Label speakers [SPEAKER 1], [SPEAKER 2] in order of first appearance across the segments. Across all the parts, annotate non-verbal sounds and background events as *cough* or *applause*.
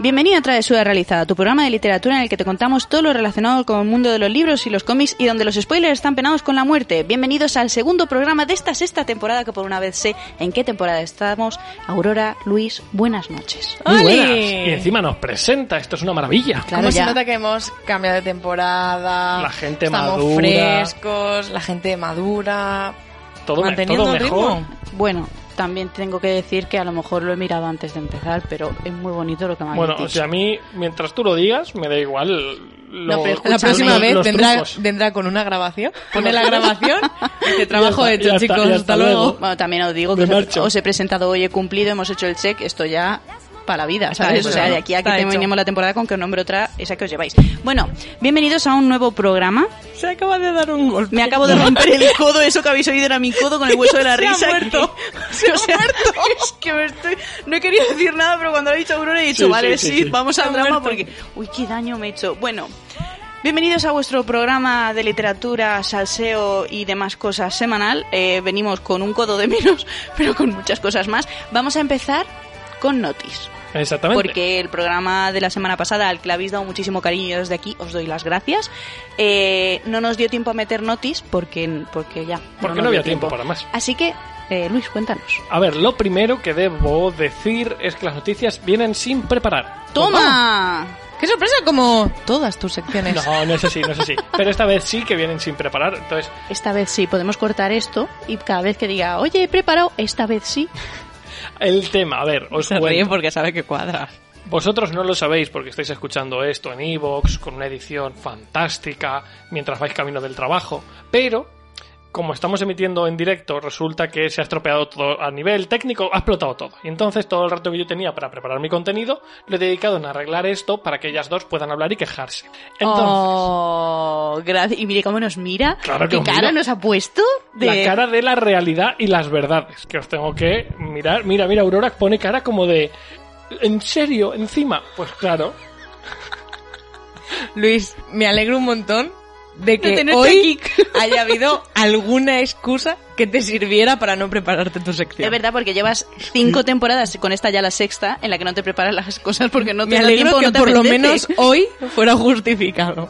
[SPEAKER 1] Bienvenido a Travesura Realizada, tu programa de literatura en el que te contamos todo lo relacionado con el mundo de los libros y los cómics y donde los spoilers están penados con la muerte. Bienvenidos al segundo programa de esta sexta temporada que por una vez sé en qué temporada estamos. Aurora, Luis, buenas noches.
[SPEAKER 2] Muy buenas.
[SPEAKER 3] ¡Ole!
[SPEAKER 2] Y encima nos presenta, esto es una maravilla.
[SPEAKER 1] Claro,
[SPEAKER 3] ¿Cómo
[SPEAKER 1] ya.
[SPEAKER 3] se nota que hemos cambiado de temporada?
[SPEAKER 2] La gente
[SPEAKER 3] estamos
[SPEAKER 2] madura.
[SPEAKER 3] frescos, la gente madura.
[SPEAKER 2] Todo, me-
[SPEAKER 3] manteniendo
[SPEAKER 2] todo
[SPEAKER 3] el
[SPEAKER 2] mejor.
[SPEAKER 3] ritmo.
[SPEAKER 1] Bueno, también tengo que decir que a lo mejor lo he mirado antes de empezar, pero es muy bonito lo que me han
[SPEAKER 2] Bueno,
[SPEAKER 1] dicho.
[SPEAKER 2] o sea, a mí, mientras tú lo digas, me da igual. lo-
[SPEAKER 3] No, pero
[SPEAKER 2] lo-
[SPEAKER 3] la próxima
[SPEAKER 2] los-
[SPEAKER 3] vez
[SPEAKER 2] los
[SPEAKER 3] vendrá,
[SPEAKER 2] trucos.
[SPEAKER 3] vendrá con una grabación. Pone
[SPEAKER 2] *laughs*
[SPEAKER 3] la grabación y te trabajo
[SPEAKER 2] Ya está,
[SPEAKER 3] hecho,
[SPEAKER 2] ya está,
[SPEAKER 3] chicos.
[SPEAKER 2] ya
[SPEAKER 3] hasta,
[SPEAKER 2] está
[SPEAKER 3] luego.
[SPEAKER 2] luego.
[SPEAKER 1] Bueno, también os digo que
[SPEAKER 2] Me
[SPEAKER 1] os he,
[SPEAKER 2] marcho.
[SPEAKER 1] os he presentado hoy, he cumplido, hemos hecho el check, esto ya para la vida, ¿sabes?
[SPEAKER 3] hecho,
[SPEAKER 1] o sea,
[SPEAKER 3] ¿no?
[SPEAKER 1] de aquí a que
[SPEAKER 3] Está hecho.
[SPEAKER 1] terminemos la temporada con que os nombre otra, esa que os lleváis. Bueno, bienvenidos a un nuego programa.
[SPEAKER 3] Se acaba de dar un golpe.
[SPEAKER 1] Me acabo de romper el codo, eso que habéis oído era mi codo con el hueso de la
[SPEAKER 3] Se ha
[SPEAKER 1] risa.
[SPEAKER 3] muerto.
[SPEAKER 1] *laughs* Se ha muerto. Es que me estoy... No he querido decir nada, pero cuando lo he dicho Aurora he dicho,
[SPEAKER 2] Sí,
[SPEAKER 1] vale, sí,
[SPEAKER 2] sí, sí, sí.
[SPEAKER 1] vamos al
[SPEAKER 3] ha
[SPEAKER 1] drama
[SPEAKER 3] muerto.
[SPEAKER 1] porque... Uy, qué daño me he hecho. Bueno, bienvenidos a vuestro programa de literatura, salseo y demás cosas semanal. Eh, venimos con un codo de menos, *laughs* pero con muchas cosas más. Vamos a empezar con Notis.
[SPEAKER 2] Exactamente.
[SPEAKER 1] Porque el programa de la semana pasada, al que le habéis dado muchísimo cariño desde aquí, os doy las gracias. Eh, no nos dio tiempo a meter notis porque, porque ya.
[SPEAKER 2] Porque
[SPEAKER 1] nos
[SPEAKER 2] no había
[SPEAKER 1] dio
[SPEAKER 2] tiempo para más.
[SPEAKER 1] Así que, eh, Luis, cuéntanos.
[SPEAKER 2] A ver, lo primero que debo decir es que las noticias vienen sin preparar.
[SPEAKER 1] ¡Toma!
[SPEAKER 3] *laughs* ¡Qué sorpresa! Como todas tus *laughs* secciones.
[SPEAKER 2] No, no es así, no es así. Pero esta vez sí que vienen sin preparar. Entonces,
[SPEAKER 1] Esta vez sí, podemos cortar esto y cada vez que diga, oye, he preparado, esta vez sí.
[SPEAKER 2] el tema, a ver, os
[SPEAKER 3] Se ríe
[SPEAKER 2] cuento.
[SPEAKER 3] porque sabe que cuadra.
[SPEAKER 2] Vosotros no lo sabéis porque estáis escuchando esto en Evox, con una edición fantástica, mientras vais camino del trabajo. Pero, como estamos emitiendo en directo, resulta que se ha estropeado todo a nivel técnico, ha explotado todo. Y entonces todo el rato que yo tenía para preparar mi contenido, lo he dedicado en arreglar esto para que ellas dos puedan hablar y quejarse. Entonces,
[SPEAKER 1] Oh, gracias. Y mire cómo nos mira.
[SPEAKER 2] Claro
[SPEAKER 1] ¿Qué
[SPEAKER 2] que os
[SPEAKER 1] cara
[SPEAKER 2] mira.
[SPEAKER 1] nos ha puesto? De...
[SPEAKER 2] la
[SPEAKER 1] *laughs*
[SPEAKER 2] cara de la realidad y las verdades, que os tengo que mirar. Mira, mira, Aurora pone cara como de... ¿En serio? ¿Encima? Pues claro.
[SPEAKER 3] Luis, me alegro un montón de que
[SPEAKER 1] tenerte
[SPEAKER 3] hoy haya habido alguna excusa que te sirviera para no prepararte tu sección.
[SPEAKER 1] Es verdad, porque llevas cinco temporadas, con esta ya la sexta, en la que no te preparas las cosas porque no
[SPEAKER 3] me
[SPEAKER 1] te da
[SPEAKER 3] alegro
[SPEAKER 1] tiempo,
[SPEAKER 3] que
[SPEAKER 1] no te
[SPEAKER 3] por lo
[SPEAKER 1] apetece.
[SPEAKER 3] menos hoy fuera justificado.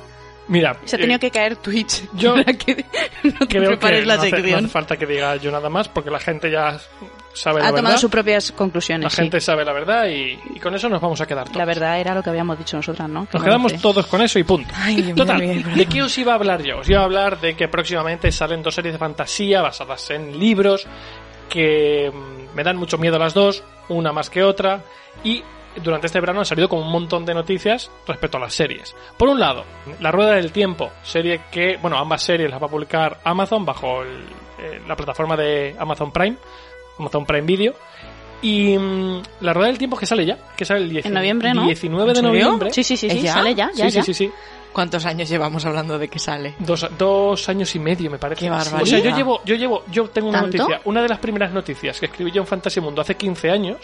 [SPEAKER 2] Mira,
[SPEAKER 1] Se ha
[SPEAKER 2] eh,
[SPEAKER 1] tenido que caer
[SPEAKER 2] *laughs*
[SPEAKER 1] Twitch.
[SPEAKER 2] yo-
[SPEAKER 1] para que no te *laughs*
[SPEAKER 2] Creo
[SPEAKER 1] prepares
[SPEAKER 2] que
[SPEAKER 1] la
[SPEAKER 2] no hace, no
[SPEAKER 1] sección.
[SPEAKER 2] hace falta que diga yo nada más porque la gente ya sabe la
[SPEAKER 1] ha tomado
[SPEAKER 2] verdad.
[SPEAKER 1] sus propias
[SPEAKER 2] La
[SPEAKER 1] conclusiones. sí.
[SPEAKER 2] gente sabe la verdad y, y con eso nos vamos a quedar todos.
[SPEAKER 1] La verdad era lo que habíamos dicho nosotras, ¿no? Que
[SPEAKER 2] Nos
[SPEAKER 1] no
[SPEAKER 2] quedamos
[SPEAKER 1] lo sé.
[SPEAKER 2] todos con eso y punto.
[SPEAKER 3] Ay, Dios mío,
[SPEAKER 2] Total,
[SPEAKER 3] mira el programa.
[SPEAKER 2] ¿de qué os iba a hablar yo? Os iba a hablar de que próximamente salen dos series de fantasía basadas en libros que mm, me dan mucho miedo las dos, una más que otra, y durante este verano han salido como un montón de noticias respecto a las series. Por un lado, La Rueda del Tiempo, serie que, bueno, ambas series las va a publicar Amazon bajo el- eh, la plataforma de Amazon Prime, Amazon Prime Video. Y mm, La Rueda del Tiempo que sale ya, que sale el 19
[SPEAKER 1] En noviembre, ¿no?
[SPEAKER 2] 19 de
[SPEAKER 3] ¿En serio?
[SPEAKER 2] noviembre.
[SPEAKER 1] ¿Eh? Sí, sí, sí, sí,
[SPEAKER 3] ¿Es ya?
[SPEAKER 1] sale ya, ya,
[SPEAKER 2] sí,
[SPEAKER 1] ya.
[SPEAKER 2] sí, sí, sí.
[SPEAKER 3] ¿Cuántos años llevamos hablando de que sale?
[SPEAKER 2] Dos, dos años y medio, me parece.
[SPEAKER 3] Qué barbaridad.
[SPEAKER 2] O sea, yo llevo, yo llevo, yo tengo una
[SPEAKER 1] ¿Tanto?
[SPEAKER 2] noticia. Una de las primeras noticias que escribí yo en Fantasy Mundo hace 15 años.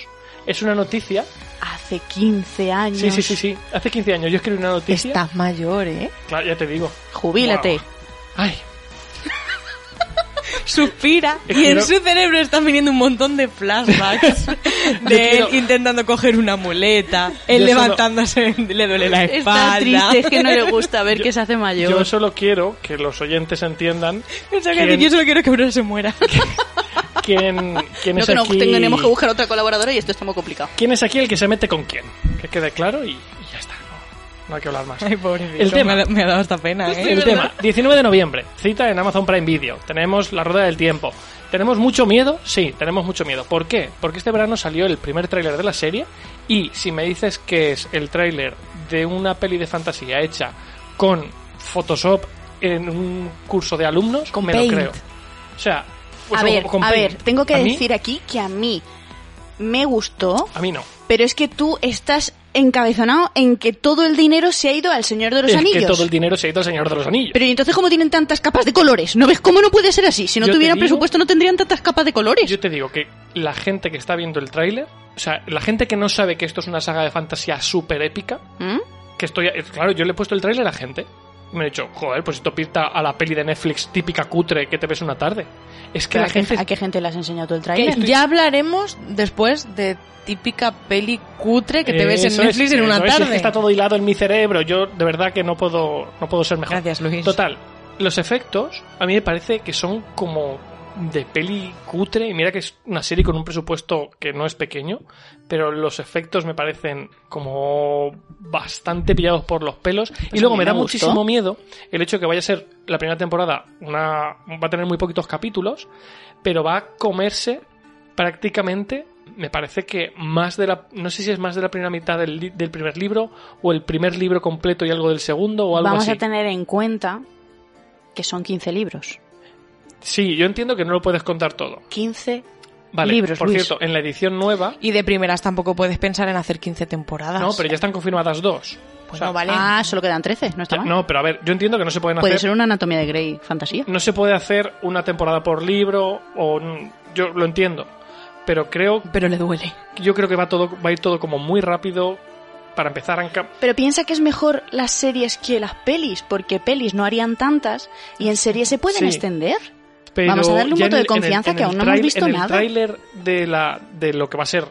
[SPEAKER 2] Es una noticia.
[SPEAKER 1] Hace 15 años.
[SPEAKER 2] Sí, sí, sí, sí. Hace 15 años yo escribí una noticia.
[SPEAKER 3] Estás mayor, ¿eh?
[SPEAKER 2] Claro, ya te digo.
[SPEAKER 1] Jubílate.
[SPEAKER 2] Guau. Ay,
[SPEAKER 3] Suspira
[SPEAKER 2] Es
[SPEAKER 3] y
[SPEAKER 2] que
[SPEAKER 3] en
[SPEAKER 2] no-
[SPEAKER 3] su cerebro están viniendo un montón de *laughs* flashbacks de él
[SPEAKER 2] quiero-
[SPEAKER 3] intentando coger una muleta, él
[SPEAKER 2] Yo solo-
[SPEAKER 3] levantándose, le duele la espalda.
[SPEAKER 1] Está triste, es que no
[SPEAKER 2] *laughs*
[SPEAKER 1] le gusta ver que se hace mayor.
[SPEAKER 2] yo solo quiero que los oyentes entiendan
[SPEAKER 3] O sea, que
[SPEAKER 2] ¿Quién?
[SPEAKER 3] Yo solo quiero que Bruno se *laughs* muera.
[SPEAKER 2] quién,
[SPEAKER 1] *laughs*
[SPEAKER 2] quién
[SPEAKER 1] no
[SPEAKER 2] es
[SPEAKER 1] que no
[SPEAKER 2] aquí.
[SPEAKER 1] tenemos que buscar otra colaboradora y esto está muy complicado.
[SPEAKER 2] quién es aquí el que se mete con quién. Que quede claro y, y ya está. No, no hay que
[SPEAKER 1] *laughs*
[SPEAKER 2] hablar más.
[SPEAKER 3] Ay, pobrecito,
[SPEAKER 2] El tema.
[SPEAKER 3] Me, ha, me ha dado esta pena, ¿eh?
[SPEAKER 2] El tema, 19 de noviembre, cita en Amazon Prime Video. Tenemos la rueda del tiempo. ¿Tenemos mucho miedo? Sí, tenemos mucho miedo. ¿Por qué? Porque este verano salió el primer tráiler de la serie y si me dices que es el tráiler de una peli de fantasía hecha con Photoshop en un curso de alumnos, me
[SPEAKER 3] Paint.
[SPEAKER 2] lo creo. O sea, pues
[SPEAKER 1] a
[SPEAKER 2] como
[SPEAKER 1] ver,
[SPEAKER 2] con
[SPEAKER 1] a
[SPEAKER 2] Paint.
[SPEAKER 1] ver, tengo que
[SPEAKER 2] ¿A mí?
[SPEAKER 1] decir aquí que a mí me gustó,
[SPEAKER 2] A mí no.
[SPEAKER 1] pero es que tú estás encabezonado en que todo el dinero se ha ido al Señor de los
[SPEAKER 2] es
[SPEAKER 1] Anillos.
[SPEAKER 2] que todo el dinero se ha ido al Señor de los Anillos.
[SPEAKER 1] Pero ¿y entonces cómo tienen tantas capas de colores? ¿No ves cómo no puede ser así? Si no
[SPEAKER 2] Yo te
[SPEAKER 1] tuvieran
[SPEAKER 2] digo-
[SPEAKER 1] presupuesto no tendrían tantas capas de colores.
[SPEAKER 2] Yo te digo que la gente que está viendo el tráiler, o sea, la gente que no sabe que eh, esto es una saga de fantasía súper épica,
[SPEAKER 1] ¿Mm?
[SPEAKER 2] que estoy claro yo le he puesto el tráiler a la gente me he dicho, joder, pues esto pinta a la peli de Netflix típica cutre que te ves una tarde. Es que
[SPEAKER 1] Pero
[SPEAKER 2] la
[SPEAKER 1] ¿a, qué,
[SPEAKER 2] gente...
[SPEAKER 1] a qué gente le has enseñado tú el
[SPEAKER 3] Que
[SPEAKER 1] trailer?
[SPEAKER 3] ya hablaremos después de típica peli cutre que te ves en
[SPEAKER 2] Eh, Eso es,
[SPEAKER 3] Netflix en una
[SPEAKER 2] eso es,
[SPEAKER 3] tarde.
[SPEAKER 2] es que está todo hilado en mi cerebro. Yo de verdad que no puedo, no puedo ser mejor.
[SPEAKER 3] Gracias, Luis.
[SPEAKER 2] Total, los efectos a mí me parece que son como de peli cutre y mira que es una serie con un presupuesto que no es pequeño, pero los efectos me parecen como bastante pillados por los pelos y
[SPEAKER 1] Pues a
[SPEAKER 2] luego
[SPEAKER 1] mí
[SPEAKER 2] me
[SPEAKER 1] me
[SPEAKER 2] da
[SPEAKER 1] gustó.
[SPEAKER 2] muchísimo miedo el hecho de que vaya a ser la primera temporada una va a tener muy poquitos capítulos, pero va a comerse prácticamente me parece que más de la no sé si es más de la primera mitad del, li- del primer libro o el primer libro completo y algo del segundo o algo
[SPEAKER 1] Vamos
[SPEAKER 2] así.
[SPEAKER 1] a tener en cuenta que son 15 libros.
[SPEAKER 2] Sí, yo entiendo que no lo puedes contar todo.
[SPEAKER 1] 15.
[SPEAKER 2] Vale,
[SPEAKER 1] Libros,
[SPEAKER 2] por
[SPEAKER 1] Luis.
[SPEAKER 2] cierto, en la edición nueva.
[SPEAKER 3] Y de primeras tampoco puedes pensar en hacer 15 temporadas.
[SPEAKER 2] No, pero ya están confirmadas dos.
[SPEAKER 3] Bueno,
[SPEAKER 2] O sea,
[SPEAKER 3] vale.
[SPEAKER 1] Ah, solo quedan 13, no está
[SPEAKER 2] ya-
[SPEAKER 1] mal.
[SPEAKER 2] no, pero a ver, yo entiendo que no se pueden
[SPEAKER 1] Puede
[SPEAKER 2] hacer.
[SPEAKER 1] ser una anatomía de Grey fantasía.
[SPEAKER 2] No se puede hacer una temporada por libro o un- yo lo entiendo, pero creo
[SPEAKER 3] Pero le duele.
[SPEAKER 2] yo creo que va todo va a ir todo como muy rápido para empezar a enca-
[SPEAKER 1] Pero piensa que es mejor las series que las pelis, porque pelis no harían tantas y en series se pueden
[SPEAKER 2] Sí.
[SPEAKER 1] extender.
[SPEAKER 2] Pero
[SPEAKER 1] Vamos a darle un voto
[SPEAKER 2] ya en
[SPEAKER 1] de
[SPEAKER 2] el- en el-
[SPEAKER 1] confianza
[SPEAKER 2] en
[SPEAKER 1] que
[SPEAKER 2] el
[SPEAKER 1] aún no hemos
[SPEAKER 2] trail-
[SPEAKER 1] visto
[SPEAKER 2] en
[SPEAKER 1] nada.
[SPEAKER 2] El tráiler de la de lo que va a ser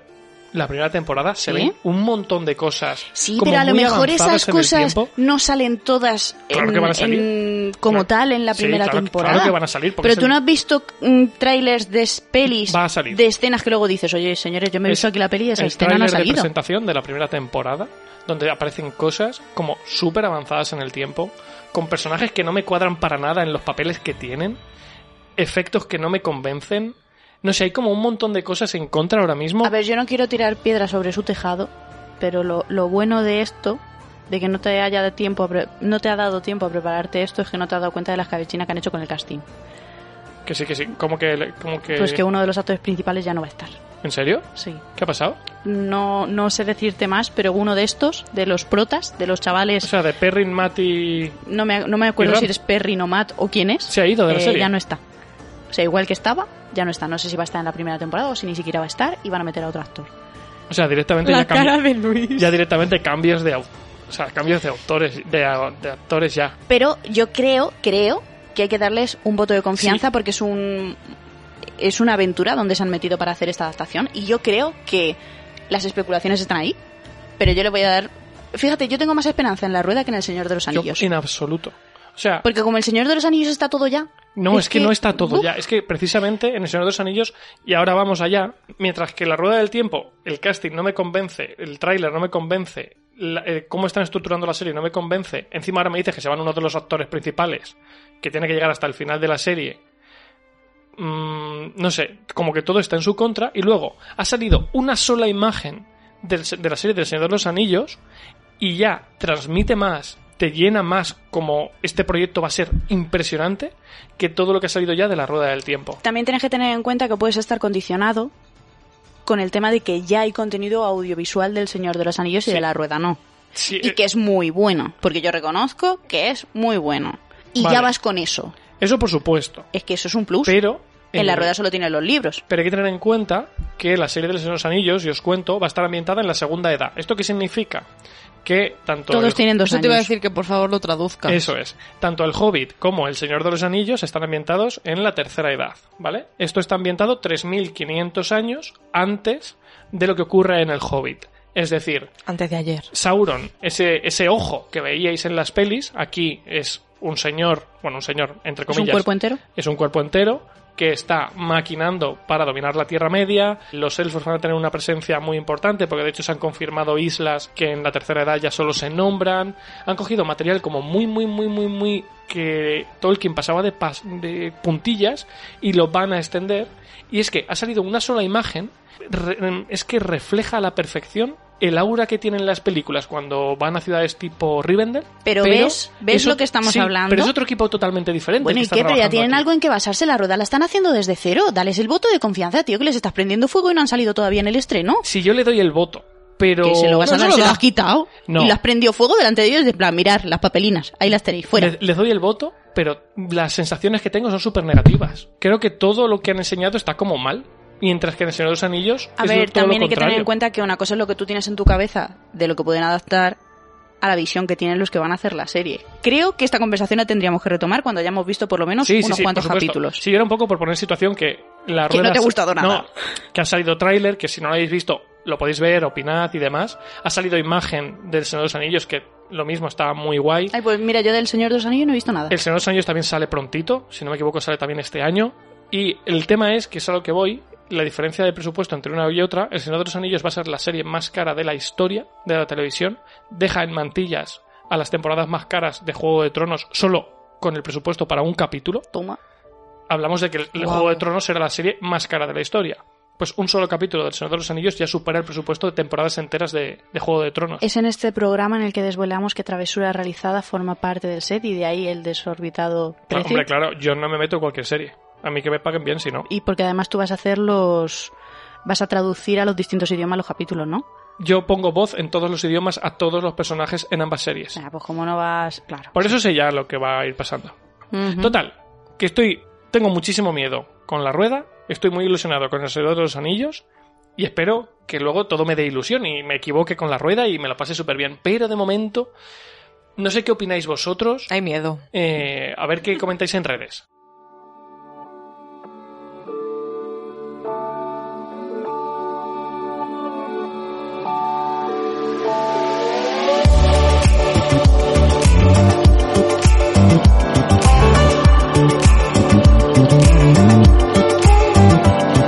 [SPEAKER 2] la primera temporada se
[SPEAKER 1] Sí.
[SPEAKER 2] ven un montón de cosas.
[SPEAKER 1] Sí,
[SPEAKER 2] como
[SPEAKER 1] pero a lo
[SPEAKER 2] muy
[SPEAKER 1] mejor
[SPEAKER 2] avanzadas
[SPEAKER 1] esas
[SPEAKER 2] en el
[SPEAKER 1] cosas
[SPEAKER 2] tiempo.
[SPEAKER 1] no salen todas
[SPEAKER 2] Claro
[SPEAKER 1] en-
[SPEAKER 2] que van a salir.
[SPEAKER 1] en- como
[SPEAKER 2] Claro.
[SPEAKER 1] tal en la
[SPEAKER 2] Sí,
[SPEAKER 1] primera
[SPEAKER 2] claro que-
[SPEAKER 1] temporada.
[SPEAKER 2] claro que van a salir, porque
[SPEAKER 1] pero
[SPEAKER 2] es
[SPEAKER 1] tú
[SPEAKER 2] el-
[SPEAKER 1] no has visto mm, trailers de s- pelis
[SPEAKER 2] Va a salir.
[SPEAKER 1] de escenas que luego dices, oye, señores, yo me he
[SPEAKER 2] Es
[SPEAKER 1] visto aquí la peli y esa
[SPEAKER 2] el
[SPEAKER 1] escena no ha
[SPEAKER 2] tráiler de
[SPEAKER 1] salido.
[SPEAKER 2] presentación de la primera temporada, donde aparecen cosas como súper avanzadas en el tiempo, con personajes que no me cuadran para nada en los papeles que tienen, efectos que no me convencen. No sé, hay como un montón de cosas en contra ahora mismo.
[SPEAKER 1] A ver, yo no quiero tirar piedras sobre su tejado, pero lo, lo bueno de esto, de que no te haya dado tiempo, a pre- no te ha dado tiempo a prepararte esto, es que no te has dado cuenta de las cabechinas que han hecho con el casting.
[SPEAKER 2] Que sí, que sí. Como que. Como que...
[SPEAKER 1] Pues que uno de los actores principales ya no va a estar.
[SPEAKER 2] ¿En serio?
[SPEAKER 1] Sí.
[SPEAKER 2] ¿Qué ha pasado?
[SPEAKER 1] No, no sé decirte más, pero uno de estos, de los protas, de los
[SPEAKER 2] O
[SPEAKER 1] chavales,
[SPEAKER 2] sea, de Perrin, Mati.
[SPEAKER 1] no, me, no me acuerdo
[SPEAKER 2] Ram-
[SPEAKER 1] si eres Perry o Matt o quién es,
[SPEAKER 2] Se ha ido de la
[SPEAKER 1] eh,
[SPEAKER 2] serie.
[SPEAKER 1] ya no está. O sea, igual que estaba, ya no está. No sé si va a estar en la primera temporada o si ni siquiera va a estar y van a meter a otro actor.
[SPEAKER 2] O sea, directamente
[SPEAKER 3] La
[SPEAKER 2] ya, cambi-
[SPEAKER 3] cara de Luis.
[SPEAKER 2] ya directamente cambias de. au- O sea, cambias de autores, de, a- de actores ya.
[SPEAKER 1] pero yo creo, creo que hay que darles un voto de confianza
[SPEAKER 2] Sí.
[SPEAKER 1] porque es un es una aventura donde se han metido para hacer esta adaptación y yo creo que las especulaciones están ahí, pero yo le voy a dar Fíjate, yo tengo más esperanza en la rueda que en el Señor de los
[SPEAKER 2] Yo,
[SPEAKER 1] Anillos.
[SPEAKER 2] en absoluto. O sea,
[SPEAKER 1] Porque como el Señor de los Anillos está todo ya.
[SPEAKER 2] No, es, que, no está todo
[SPEAKER 1] ¡Buf!
[SPEAKER 2] ya. Es que precisamente en El Señor de los Anillos, y ahora vamos allá, mientras que La Rueda del Tiempo, el casting no me convence, el tráiler no me convence, la- eh, cómo están estructurando la serie no me convence, encima ahora me dices que se van uno de los actores principales, que tiene que llegar hasta el final de la serie. Mm, no sé, como que todo está en su contra, y luego ha salido una sola imagen del se- de la serie del Señor de los Anillos, y ya transmite más, te llena más como este proyecto va a ser impresionante que todo lo que ha salido ya de la rueda del tiempo.
[SPEAKER 1] También tienes que tener en cuenta que puedes estar condicionado con el tema de que ya hay contenido audiovisual del Señor de los Anillos y
[SPEAKER 2] Sí.
[SPEAKER 1] de la rueda no.
[SPEAKER 2] Sí, eh,
[SPEAKER 1] Y que es muy bueno, porque yo reconozco que es muy bueno. Y
[SPEAKER 2] Vale.
[SPEAKER 1] ya vas con eso.
[SPEAKER 2] Eso por supuesto,
[SPEAKER 1] Es que eso es un plus.
[SPEAKER 2] pero...
[SPEAKER 1] En
[SPEAKER 2] eh,
[SPEAKER 1] la rueda solo tienen los libros.
[SPEAKER 2] Pero hay que tener en cuenta que la serie de los Señores Anillos, y os cuento, va a estar ambientada en la segunda edad. ¿Esto qué significa? Que tanto...
[SPEAKER 1] Todos
[SPEAKER 2] el-
[SPEAKER 1] tienen dos
[SPEAKER 3] Eso te iba a
[SPEAKER 1] años.
[SPEAKER 3] decir que por favor lo traduzca.
[SPEAKER 2] Eso es. Tanto el Hobbit como el Señor de los Anillos están ambientados en la tercera edad, ¿vale? Esto está ambientado 3.500 años antes de lo que ocurre en el Hobbit. Es decir,
[SPEAKER 3] Antes de ayer.
[SPEAKER 2] Sauron, ese, ese ojo que veíais en las pelis, aquí es un señor, bueno, un señor, entre
[SPEAKER 1] ¿Es un
[SPEAKER 2] comillas.
[SPEAKER 1] cuerpo entero?
[SPEAKER 2] es un cuerpo entero que está maquinando para dominar la Tierra Media. Los elfos van a tener una presencia muy importante porque de hecho se han confirmado islas que en la tercera edad ya solo se nombran. Han cogido material como muy, muy, muy, muy, muy que Tolkien pasaba de, pas- de puntillas y lo van a extender. Y es que ha salido una sola imagen, re- es que refleja a la perfección el aura que tienen las películas cuando van a ciudades tipo Rivendell.
[SPEAKER 1] Pero ves- ves lo que estamos
[SPEAKER 2] sí,
[SPEAKER 1] hablando.
[SPEAKER 2] Pero es otro equipo totalmente diferente. el
[SPEAKER 1] Bueno,
[SPEAKER 2] que
[SPEAKER 1] ¿y
[SPEAKER 2] está
[SPEAKER 1] qué? Pero ya
[SPEAKER 2] trabajando
[SPEAKER 1] tienen
[SPEAKER 2] aquí.
[SPEAKER 1] algo en que basarse la rueda. La están haciendo desde cero. Dales el voto de confianza, tío, que les estás prendiendo fuego y no han salido todavía en el estreno.
[SPEAKER 2] si yo le doy el voto, pero
[SPEAKER 1] Que se lo vas a
[SPEAKER 3] No,
[SPEAKER 1] dar,
[SPEAKER 3] se lo
[SPEAKER 1] se lo
[SPEAKER 3] da.
[SPEAKER 1] has quitado.
[SPEAKER 2] No.
[SPEAKER 1] Y las prendió fuego delante de ellos. De plan, mirar las papelinas. Ahí las tenéis, fuera.
[SPEAKER 2] le- les doy el voto, pero las sensaciones que tengo son súper negativas. Creo que todo lo que han enseñado está como mal, mientras que en el Señor de los Anillos
[SPEAKER 1] A
[SPEAKER 2] es
[SPEAKER 1] ver,
[SPEAKER 2] todo
[SPEAKER 1] también
[SPEAKER 2] lo
[SPEAKER 1] hay que tener
[SPEAKER 2] contrario.
[SPEAKER 1] en cuenta que una cosa es lo que tú tienes en tu cabeza de lo que pueden adaptar a la visión que tienen los que van a hacer la serie. Creo que esta conversación la tendríamos que retomar cuando hayamos visto por lo menos
[SPEAKER 2] Sí, sí,
[SPEAKER 1] unos
[SPEAKER 2] sí,
[SPEAKER 1] cuantos
[SPEAKER 2] por supuesto.
[SPEAKER 1] capítulos.
[SPEAKER 2] Sí, era un poco por poner situación que la
[SPEAKER 1] Que no
[SPEAKER 2] rueda
[SPEAKER 1] te ha
[SPEAKER 2] sa-
[SPEAKER 1] gustado nada.
[SPEAKER 2] No, que ha salido tráiler, que si no lo habéis visto, lo podéis ver, opinad y demás. Ha salido imagen del Señor de los Anillos, que lo mismo está muy guay.
[SPEAKER 1] Ay, pues mira, yo del Señor de los Anillos no he visto nada.
[SPEAKER 2] El Señor de los Anillos también sale prontito, si no me equivoco, sale también este año. Y el tema es que es a lo que voy. La diferencia de presupuesto entre una y otra, El Señor de los Anillos va a ser la serie más cara de la historia de la televisión. Deja en mantillas a las temporadas más caras de Juego de Tronos solo con el presupuesto para un capítulo
[SPEAKER 1] Toma.
[SPEAKER 2] hablamos de que el el
[SPEAKER 3] Guau.
[SPEAKER 2] Juego de Tronos era la serie más cara de la historia. Pues un solo capítulo del Señor de los Anillos ya supera el presupuesto de temporadas enteras de, de Juego de Tronos.
[SPEAKER 1] Es en este programa en el que desvelamos que Travesura Realizada forma parte del set y de ahí el desorbitado
[SPEAKER 2] Claro,
[SPEAKER 1] precio.
[SPEAKER 2] Ah, hombre, claro, yo no me meto en cualquier serie. A mí que me paguen bien, si no.
[SPEAKER 1] Y porque además tú vas a hacer los... vas a traducir a los distintos idiomas los capítulos, ¿no?
[SPEAKER 2] Yo pongo voz en todos los idiomas a todos los personajes en ambas series.
[SPEAKER 1] Ah, pues como no vas... Claro.
[SPEAKER 2] Por eso sé ya lo que va a ir pasando.
[SPEAKER 1] Ujú.
[SPEAKER 2] Total, que estoy. Tengo muchísimo miedo con la rueda, estoy muy ilusionado con el Señor de los Anillos y espero que luego todo me dé ilusión y me equivoque con la rueda y me lo pase súper bien. Pero de momento, no sé qué opináis vosotros.
[SPEAKER 3] Hay miedo.
[SPEAKER 2] Eh, a ver qué comentáis en redes.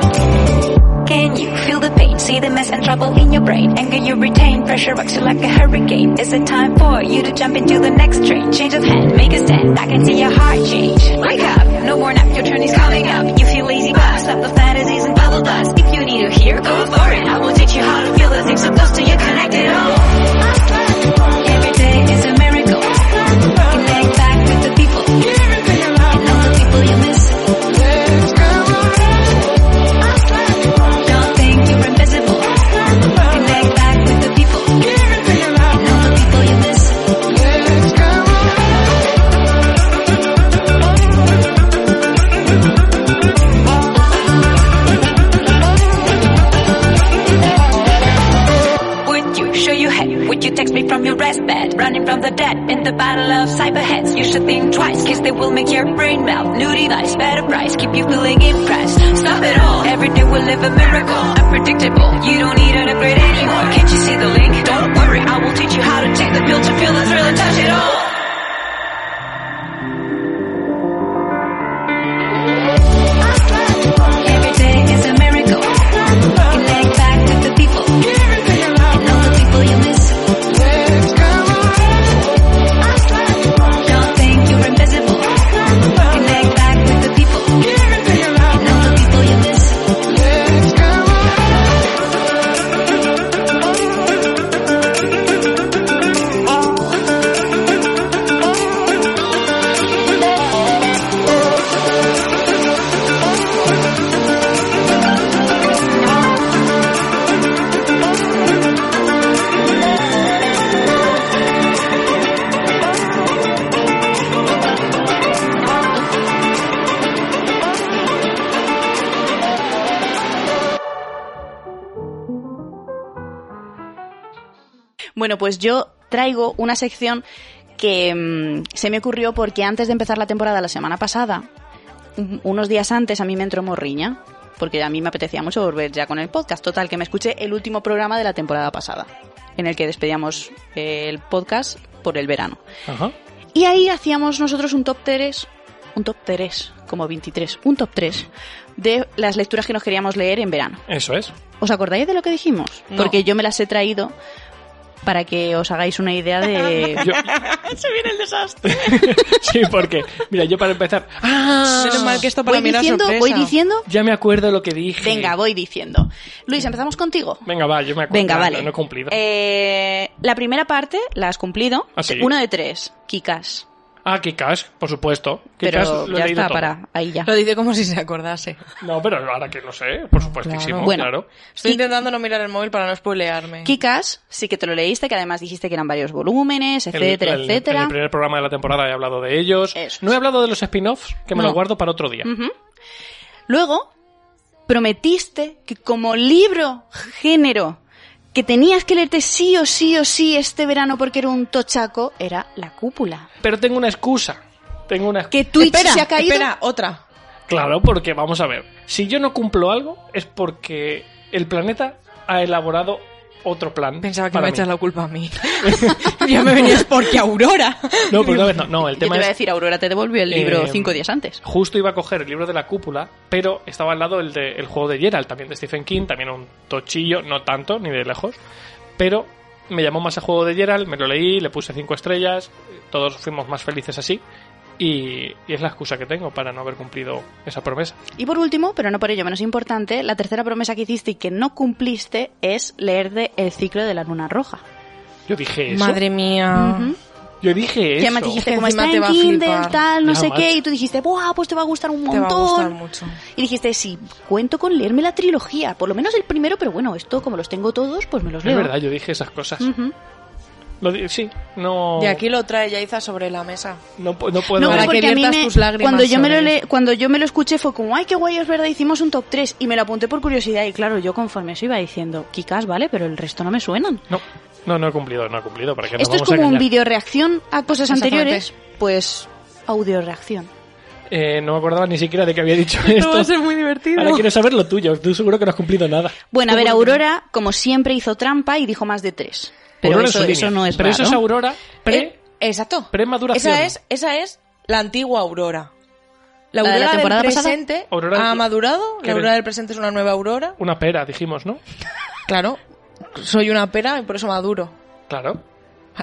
[SPEAKER 4] Can you feel the pain? See the mess and trouble in your brain? Anger you retain, pressure rocks you like a hurricane. Is it time for you to jump into the next train? Change of hand, make a stand. I can see your heart change. Wake up, no more nap, your turn is coming up. You feel lazy, but stop the fantasies and bubble dust. If you need to hear, go for it. I will teach you how to feel the things so close to you, connected all. Every day is a miracle. Connect back with the people. And all the people you miss. Don't think you're invisible. Connect back with the people. And all the people you miss. Would you show your head? Would you text me from your rest bed? Running from the dead in the battle of cyberheads. You should think twice, cause they will make your brain melt. New device, better price, keep you feeling impressed. Stop it all, every day we'll live a miracle. Unpredictable, you don't need an upgrade anymore. Can't you see the link? Don't worry, I will teach you how to take the pill to feel the thrill and touch it all. Every day is a miracle. Connect back with the people. And all the people you miss. Don't think you're invisible. Connect back with the people. And all the people you miss.
[SPEAKER 1] Bueno, pues yo traigo una sección que mm, se me ocurrió porque antes de empezar la temporada la semana pasada, un- unos días antes a mí me entró morriña, porque a mí me apetecía mucho volver ya con el podcast. Total, que me escuché el último programa de la temporada pasada, en el que despedíamos eh, el podcast por el verano.
[SPEAKER 2] Ajá.
[SPEAKER 1] Y ahí hacíamos nosotros un top 3, un top 3, como 23, un top 3 de las lecturas que nos queríamos leer en verano.
[SPEAKER 2] Eso es. *laughs*
[SPEAKER 1] ¿Os acordáis de lo que dijimos?
[SPEAKER 3] No.
[SPEAKER 1] Porque yo me las he traído para que os hagáis una idea
[SPEAKER 3] *laughs*
[SPEAKER 1] de...
[SPEAKER 2] Yo-
[SPEAKER 3] Se viene el desastre.
[SPEAKER 2] sí, porque, mira, yo para empezar. ¡Ah!
[SPEAKER 3] Menos mal que esto para
[SPEAKER 1] voy
[SPEAKER 3] mí era
[SPEAKER 1] diciendo,
[SPEAKER 3] sorpresa.
[SPEAKER 1] voy diciendo...
[SPEAKER 2] Ya me acuerdo lo que dije.
[SPEAKER 1] Venga, voy diciendo. Luis, empezamos contigo.
[SPEAKER 2] Venga, va, yo me acuerdo.
[SPEAKER 1] Venga,
[SPEAKER 2] No,
[SPEAKER 1] vale.
[SPEAKER 2] No he cumplido.
[SPEAKER 1] Eh, la primera parte la has cumplido.
[SPEAKER 2] Ah, sí.
[SPEAKER 1] Uno de tres, Kikas.
[SPEAKER 2] Ah, Kikas, por supuesto. Kikas
[SPEAKER 1] Pero
[SPEAKER 2] lo he
[SPEAKER 1] ya
[SPEAKER 2] leído
[SPEAKER 1] está,
[SPEAKER 2] todo.
[SPEAKER 1] para ahí ya.
[SPEAKER 3] Lo dice como si se acordase.
[SPEAKER 2] No, pero ahora que lo sé, por supuestísimo, claro.
[SPEAKER 1] Bueno,
[SPEAKER 3] Estoy
[SPEAKER 1] Ki-
[SPEAKER 3] intentando no mirar el móvil para no spoilearme.
[SPEAKER 1] Kikas, sí que te lo leíste, que además dijiste que eran varios volúmenes,
[SPEAKER 2] El-
[SPEAKER 1] etcétera,
[SPEAKER 2] el-
[SPEAKER 1] etcétera.
[SPEAKER 2] En el primer programa de la temporada he hablado de ellos.
[SPEAKER 1] Eso es.
[SPEAKER 2] No he hablado de los spin-offs, que
[SPEAKER 1] No.
[SPEAKER 2] me
[SPEAKER 1] Mm.
[SPEAKER 2] los guardo para otro día.
[SPEAKER 1] Ujú. Luego, prometiste que como libro género que tenías que leerte sí o sí o sí este verano porque era un tochaco era La Cúpula.
[SPEAKER 2] Pero tengo una excusa. Tengo una
[SPEAKER 1] Que Twitch
[SPEAKER 3] espera,
[SPEAKER 1] se ha caído.
[SPEAKER 3] espera, otra.
[SPEAKER 2] Claro, porque vamos a ver. Si yo no cumplo algo, es porque el planeta ha elaborado otro plan.
[SPEAKER 3] Pensaba que
[SPEAKER 2] para
[SPEAKER 3] me
[SPEAKER 2] mí.
[SPEAKER 3] echas la culpa a mí.
[SPEAKER 2] *laughs*
[SPEAKER 3] ya me venías porque Aurora.
[SPEAKER 2] No, pero una vez no. No,
[SPEAKER 1] *laughs*
[SPEAKER 2] el
[SPEAKER 1] Yo te
[SPEAKER 2] tema
[SPEAKER 1] iba a
[SPEAKER 2] es.
[SPEAKER 1] decir, Aurora te devolvió el libro
[SPEAKER 2] Eh,
[SPEAKER 1] cinco días antes.
[SPEAKER 2] Justo iba a coger el libro de la cúpula, pero estaba al lado el, de, el juego de Gerald, también de Stephen King, también un tochillo, no tanto, ni de lejos. Pero me llamó más el juego de Gerald, me lo leí, le puse cinco estrellas, todos fuimos más felices así. Y, y es la excusa que tengo para no haber cumplido esa promesa.
[SPEAKER 1] Y por último, pero no por ello menos importante, la tercera promesa que hiciste y que no cumpliste es leerte El ciclo de la luna roja.
[SPEAKER 2] Yo dije eso.
[SPEAKER 3] Madre mía.
[SPEAKER 1] Ujú.
[SPEAKER 2] Yo dije eso.
[SPEAKER 1] Que además dijiste,
[SPEAKER 3] Ah, Que
[SPEAKER 1] como
[SPEAKER 3] encima
[SPEAKER 1] está
[SPEAKER 3] te
[SPEAKER 1] en
[SPEAKER 3] va a
[SPEAKER 1] Kindle,
[SPEAKER 3] flipar.
[SPEAKER 1] tal, no
[SPEAKER 2] Ya,
[SPEAKER 1] sé qué,
[SPEAKER 2] macho.
[SPEAKER 1] y tú dijiste, ¡buah, pues te va a gustar un
[SPEAKER 3] Te
[SPEAKER 1] montón!
[SPEAKER 3] va a gustar mucho.
[SPEAKER 1] Y dijiste, sí, cuento con leerme la trilogía, por lo menos el primero, pero bueno, esto como los tengo todos, pues me los
[SPEAKER 2] Es
[SPEAKER 1] leo.
[SPEAKER 2] verdad, yo dije esas cosas.
[SPEAKER 1] Ujú.
[SPEAKER 2] Lo di- sí, no.
[SPEAKER 3] Y aquí lo trae Yaiza sobre la mesa.
[SPEAKER 2] No, pu- no puedo.
[SPEAKER 1] No,
[SPEAKER 3] Para
[SPEAKER 1] pero
[SPEAKER 3] que
[SPEAKER 1] porque a mí
[SPEAKER 3] viertas
[SPEAKER 1] me-
[SPEAKER 3] tus lágrimas
[SPEAKER 1] cuando, yo me lo
[SPEAKER 3] sobre
[SPEAKER 1] le- cuando yo me lo escuché fue como, ay, qué guay, es verdad, hicimos un top 3 y me lo apunté por curiosidad y claro, yo conforme eso iba diciendo, Kikas, vale, pero el resto no me suenan.
[SPEAKER 2] No, no, no he cumplido, no he cumplido. ¿Para qué nos
[SPEAKER 1] Esto es
[SPEAKER 2] vamos a
[SPEAKER 1] como un
[SPEAKER 2] engañar?
[SPEAKER 1] video reacción a cosas
[SPEAKER 3] Exactamente.
[SPEAKER 1] anteriores, pues audio reacción.
[SPEAKER 2] Eh, no me acordaba ni siquiera de que había dicho esto.
[SPEAKER 3] muy divertido.
[SPEAKER 2] Ahora quiero saber lo tuyo. Tú seguro que no has cumplido nada.
[SPEAKER 1] Bueno, a ver, Aurora, como siempre, hizo trampa y dijo más de tres. Pero
[SPEAKER 2] Aurora en
[SPEAKER 1] eso,
[SPEAKER 2] su línea.
[SPEAKER 1] eso no es
[SPEAKER 2] Pero eso
[SPEAKER 1] raro.
[SPEAKER 2] es Aurora pre.
[SPEAKER 3] Eh, exacto.
[SPEAKER 2] premaduración.
[SPEAKER 3] Esa es, esa es la antigua Aurora.
[SPEAKER 1] ¿La
[SPEAKER 3] La
[SPEAKER 1] de
[SPEAKER 3] Aurora
[SPEAKER 1] la
[SPEAKER 3] del
[SPEAKER 1] temporada pasada?
[SPEAKER 3] presente
[SPEAKER 2] Aurora-
[SPEAKER 3] ha madurado.
[SPEAKER 2] ¿Qué
[SPEAKER 3] La Aurora
[SPEAKER 2] ves?
[SPEAKER 3] del presente es una nueva Aurora.
[SPEAKER 2] Una pera, dijimos, ¿no?
[SPEAKER 3] Claro, soy una pera y por eso maduro.
[SPEAKER 2] Claro.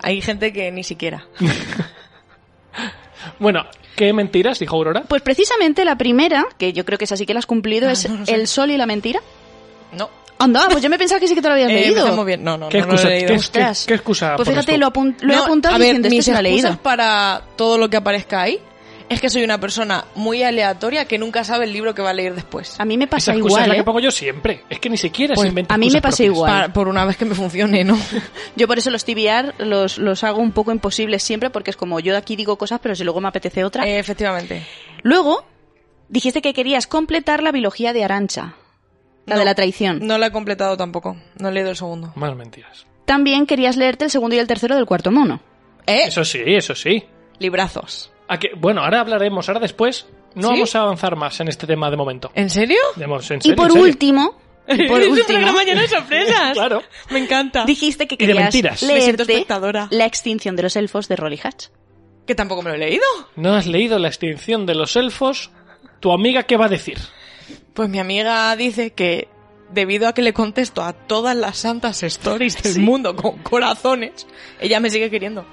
[SPEAKER 3] Hay gente que ni siquiera.
[SPEAKER 2] Bueno, ¿qué mentiras dijo Aurora?
[SPEAKER 1] Pues precisamente la primera, que yo creo que es así que la has cumplido,
[SPEAKER 3] Ah,
[SPEAKER 1] es
[SPEAKER 3] no lo sé.
[SPEAKER 1] El sol y la mentira.
[SPEAKER 3] No.
[SPEAKER 1] Anda, pues yo me pensaba que sí que te lo habías
[SPEAKER 3] Eh,
[SPEAKER 1] leído.
[SPEAKER 3] empezamos bien. No, no,
[SPEAKER 2] ¿Qué
[SPEAKER 3] no, no lo he
[SPEAKER 2] excusa?
[SPEAKER 3] leído.
[SPEAKER 2] ¿Qué es-
[SPEAKER 1] Ostras.
[SPEAKER 2] qué excusa
[SPEAKER 1] Pues
[SPEAKER 2] pones
[SPEAKER 1] fíjate,
[SPEAKER 2] tú?
[SPEAKER 1] lo, apun- lo he
[SPEAKER 3] No,
[SPEAKER 1] apuntado
[SPEAKER 3] a ver,
[SPEAKER 1] diciendo,
[SPEAKER 3] mis
[SPEAKER 1] este se lo ha
[SPEAKER 3] excusas
[SPEAKER 1] leído.
[SPEAKER 3] para todo lo que aparezca ahí es que soy una persona muy aleatoria que nunca sabe el libro que va a leer después.
[SPEAKER 1] A mí me
[SPEAKER 2] Esa
[SPEAKER 1] pasa
[SPEAKER 2] excusa es
[SPEAKER 1] igual,
[SPEAKER 2] la que
[SPEAKER 1] ¿eh?
[SPEAKER 2] pongo yo siempre. Es que ni siquiera
[SPEAKER 1] Pues,
[SPEAKER 2] se inventa
[SPEAKER 1] a mí me
[SPEAKER 2] excusas
[SPEAKER 1] pasa
[SPEAKER 2] propias.
[SPEAKER 1] igual.
[SPEAKER 3] Para- por una vez que me
[SPEAKER 1] *laughs*
[SPEAKER 3] funcione, ¿no?
[SPEAKER 1] Yo por eso los TBR los, los hago un poco imposibles siempre, porque es como yo aquí digo cosas, pero si luego me apetece otra.
[SPEAKER 3] Eh, efectivamente.
[SPEAKER 1] Luego, dijiste que querías completar la biología de Arancha, la
[SPEAKER 3] No,
[SPEAKER 1] de la traición.
[SPEAKER 3] No la he completado tampoco. No he leído el segundo.
[SPEAKER 2] Más mentiras.
[SPEAKER 1] También querías leerte el segundo y el tercero del cuarto mono.
[SPEAKER 3] ¿Eh?
[SPEAKER 2] Eso sí, eso sí.
[SPEAKER 3] Librazos.
[SPEAKER 2] ¿A que- Bueno, ahora hablaremos, ahora después. No
[SPEAKER 3] ¿Sí?
[SPEAKER 2] vamos a avanzar más en este tema de momento.
[SPEAKER 3] ¿En serio?
[SPEAKER 2] De mo- en
[SPEAKER 1] Eh, Y
[SPEAKER 2] serio,
[SPEAKER 1] por
[SPEAKER 2] en serio.
[SPEAKER 1] último,
[SPEAKER 3] *laughs*
[SPEAKER 1] y por
[SPEAKER 3] Es un
[SPEAKER 1] último,
[SPEAKER 3] programa lleno de sorpresas.
[SPEAKER 2] Claro.
[SPEAKER 3] Me *laughs* encanta.
[SPEAKER 1] dijiste que
[SPEAKER 2] Y de
[SPEAKER 1] querías
[SPEAKER 2] mentiras. Me
[SPEAKER 3] siento
[SPEAKER 1] leerte
[SPEAKER 3] espectadora.
[SPEAKER 1] la extinción de los elfos de Rolly Hatch.
[SPEAKER 3] Que tampoco me lo he leído.
[SPEAKER 2] ¿No has leído La extinción de los elfos? ¿Tu amiga qué va a decir?
[SPEAKER 3] Pues mi amiga dice que debido a que le contesto a todas las santas stories del mundo con corazones, ella me sigue queriendo.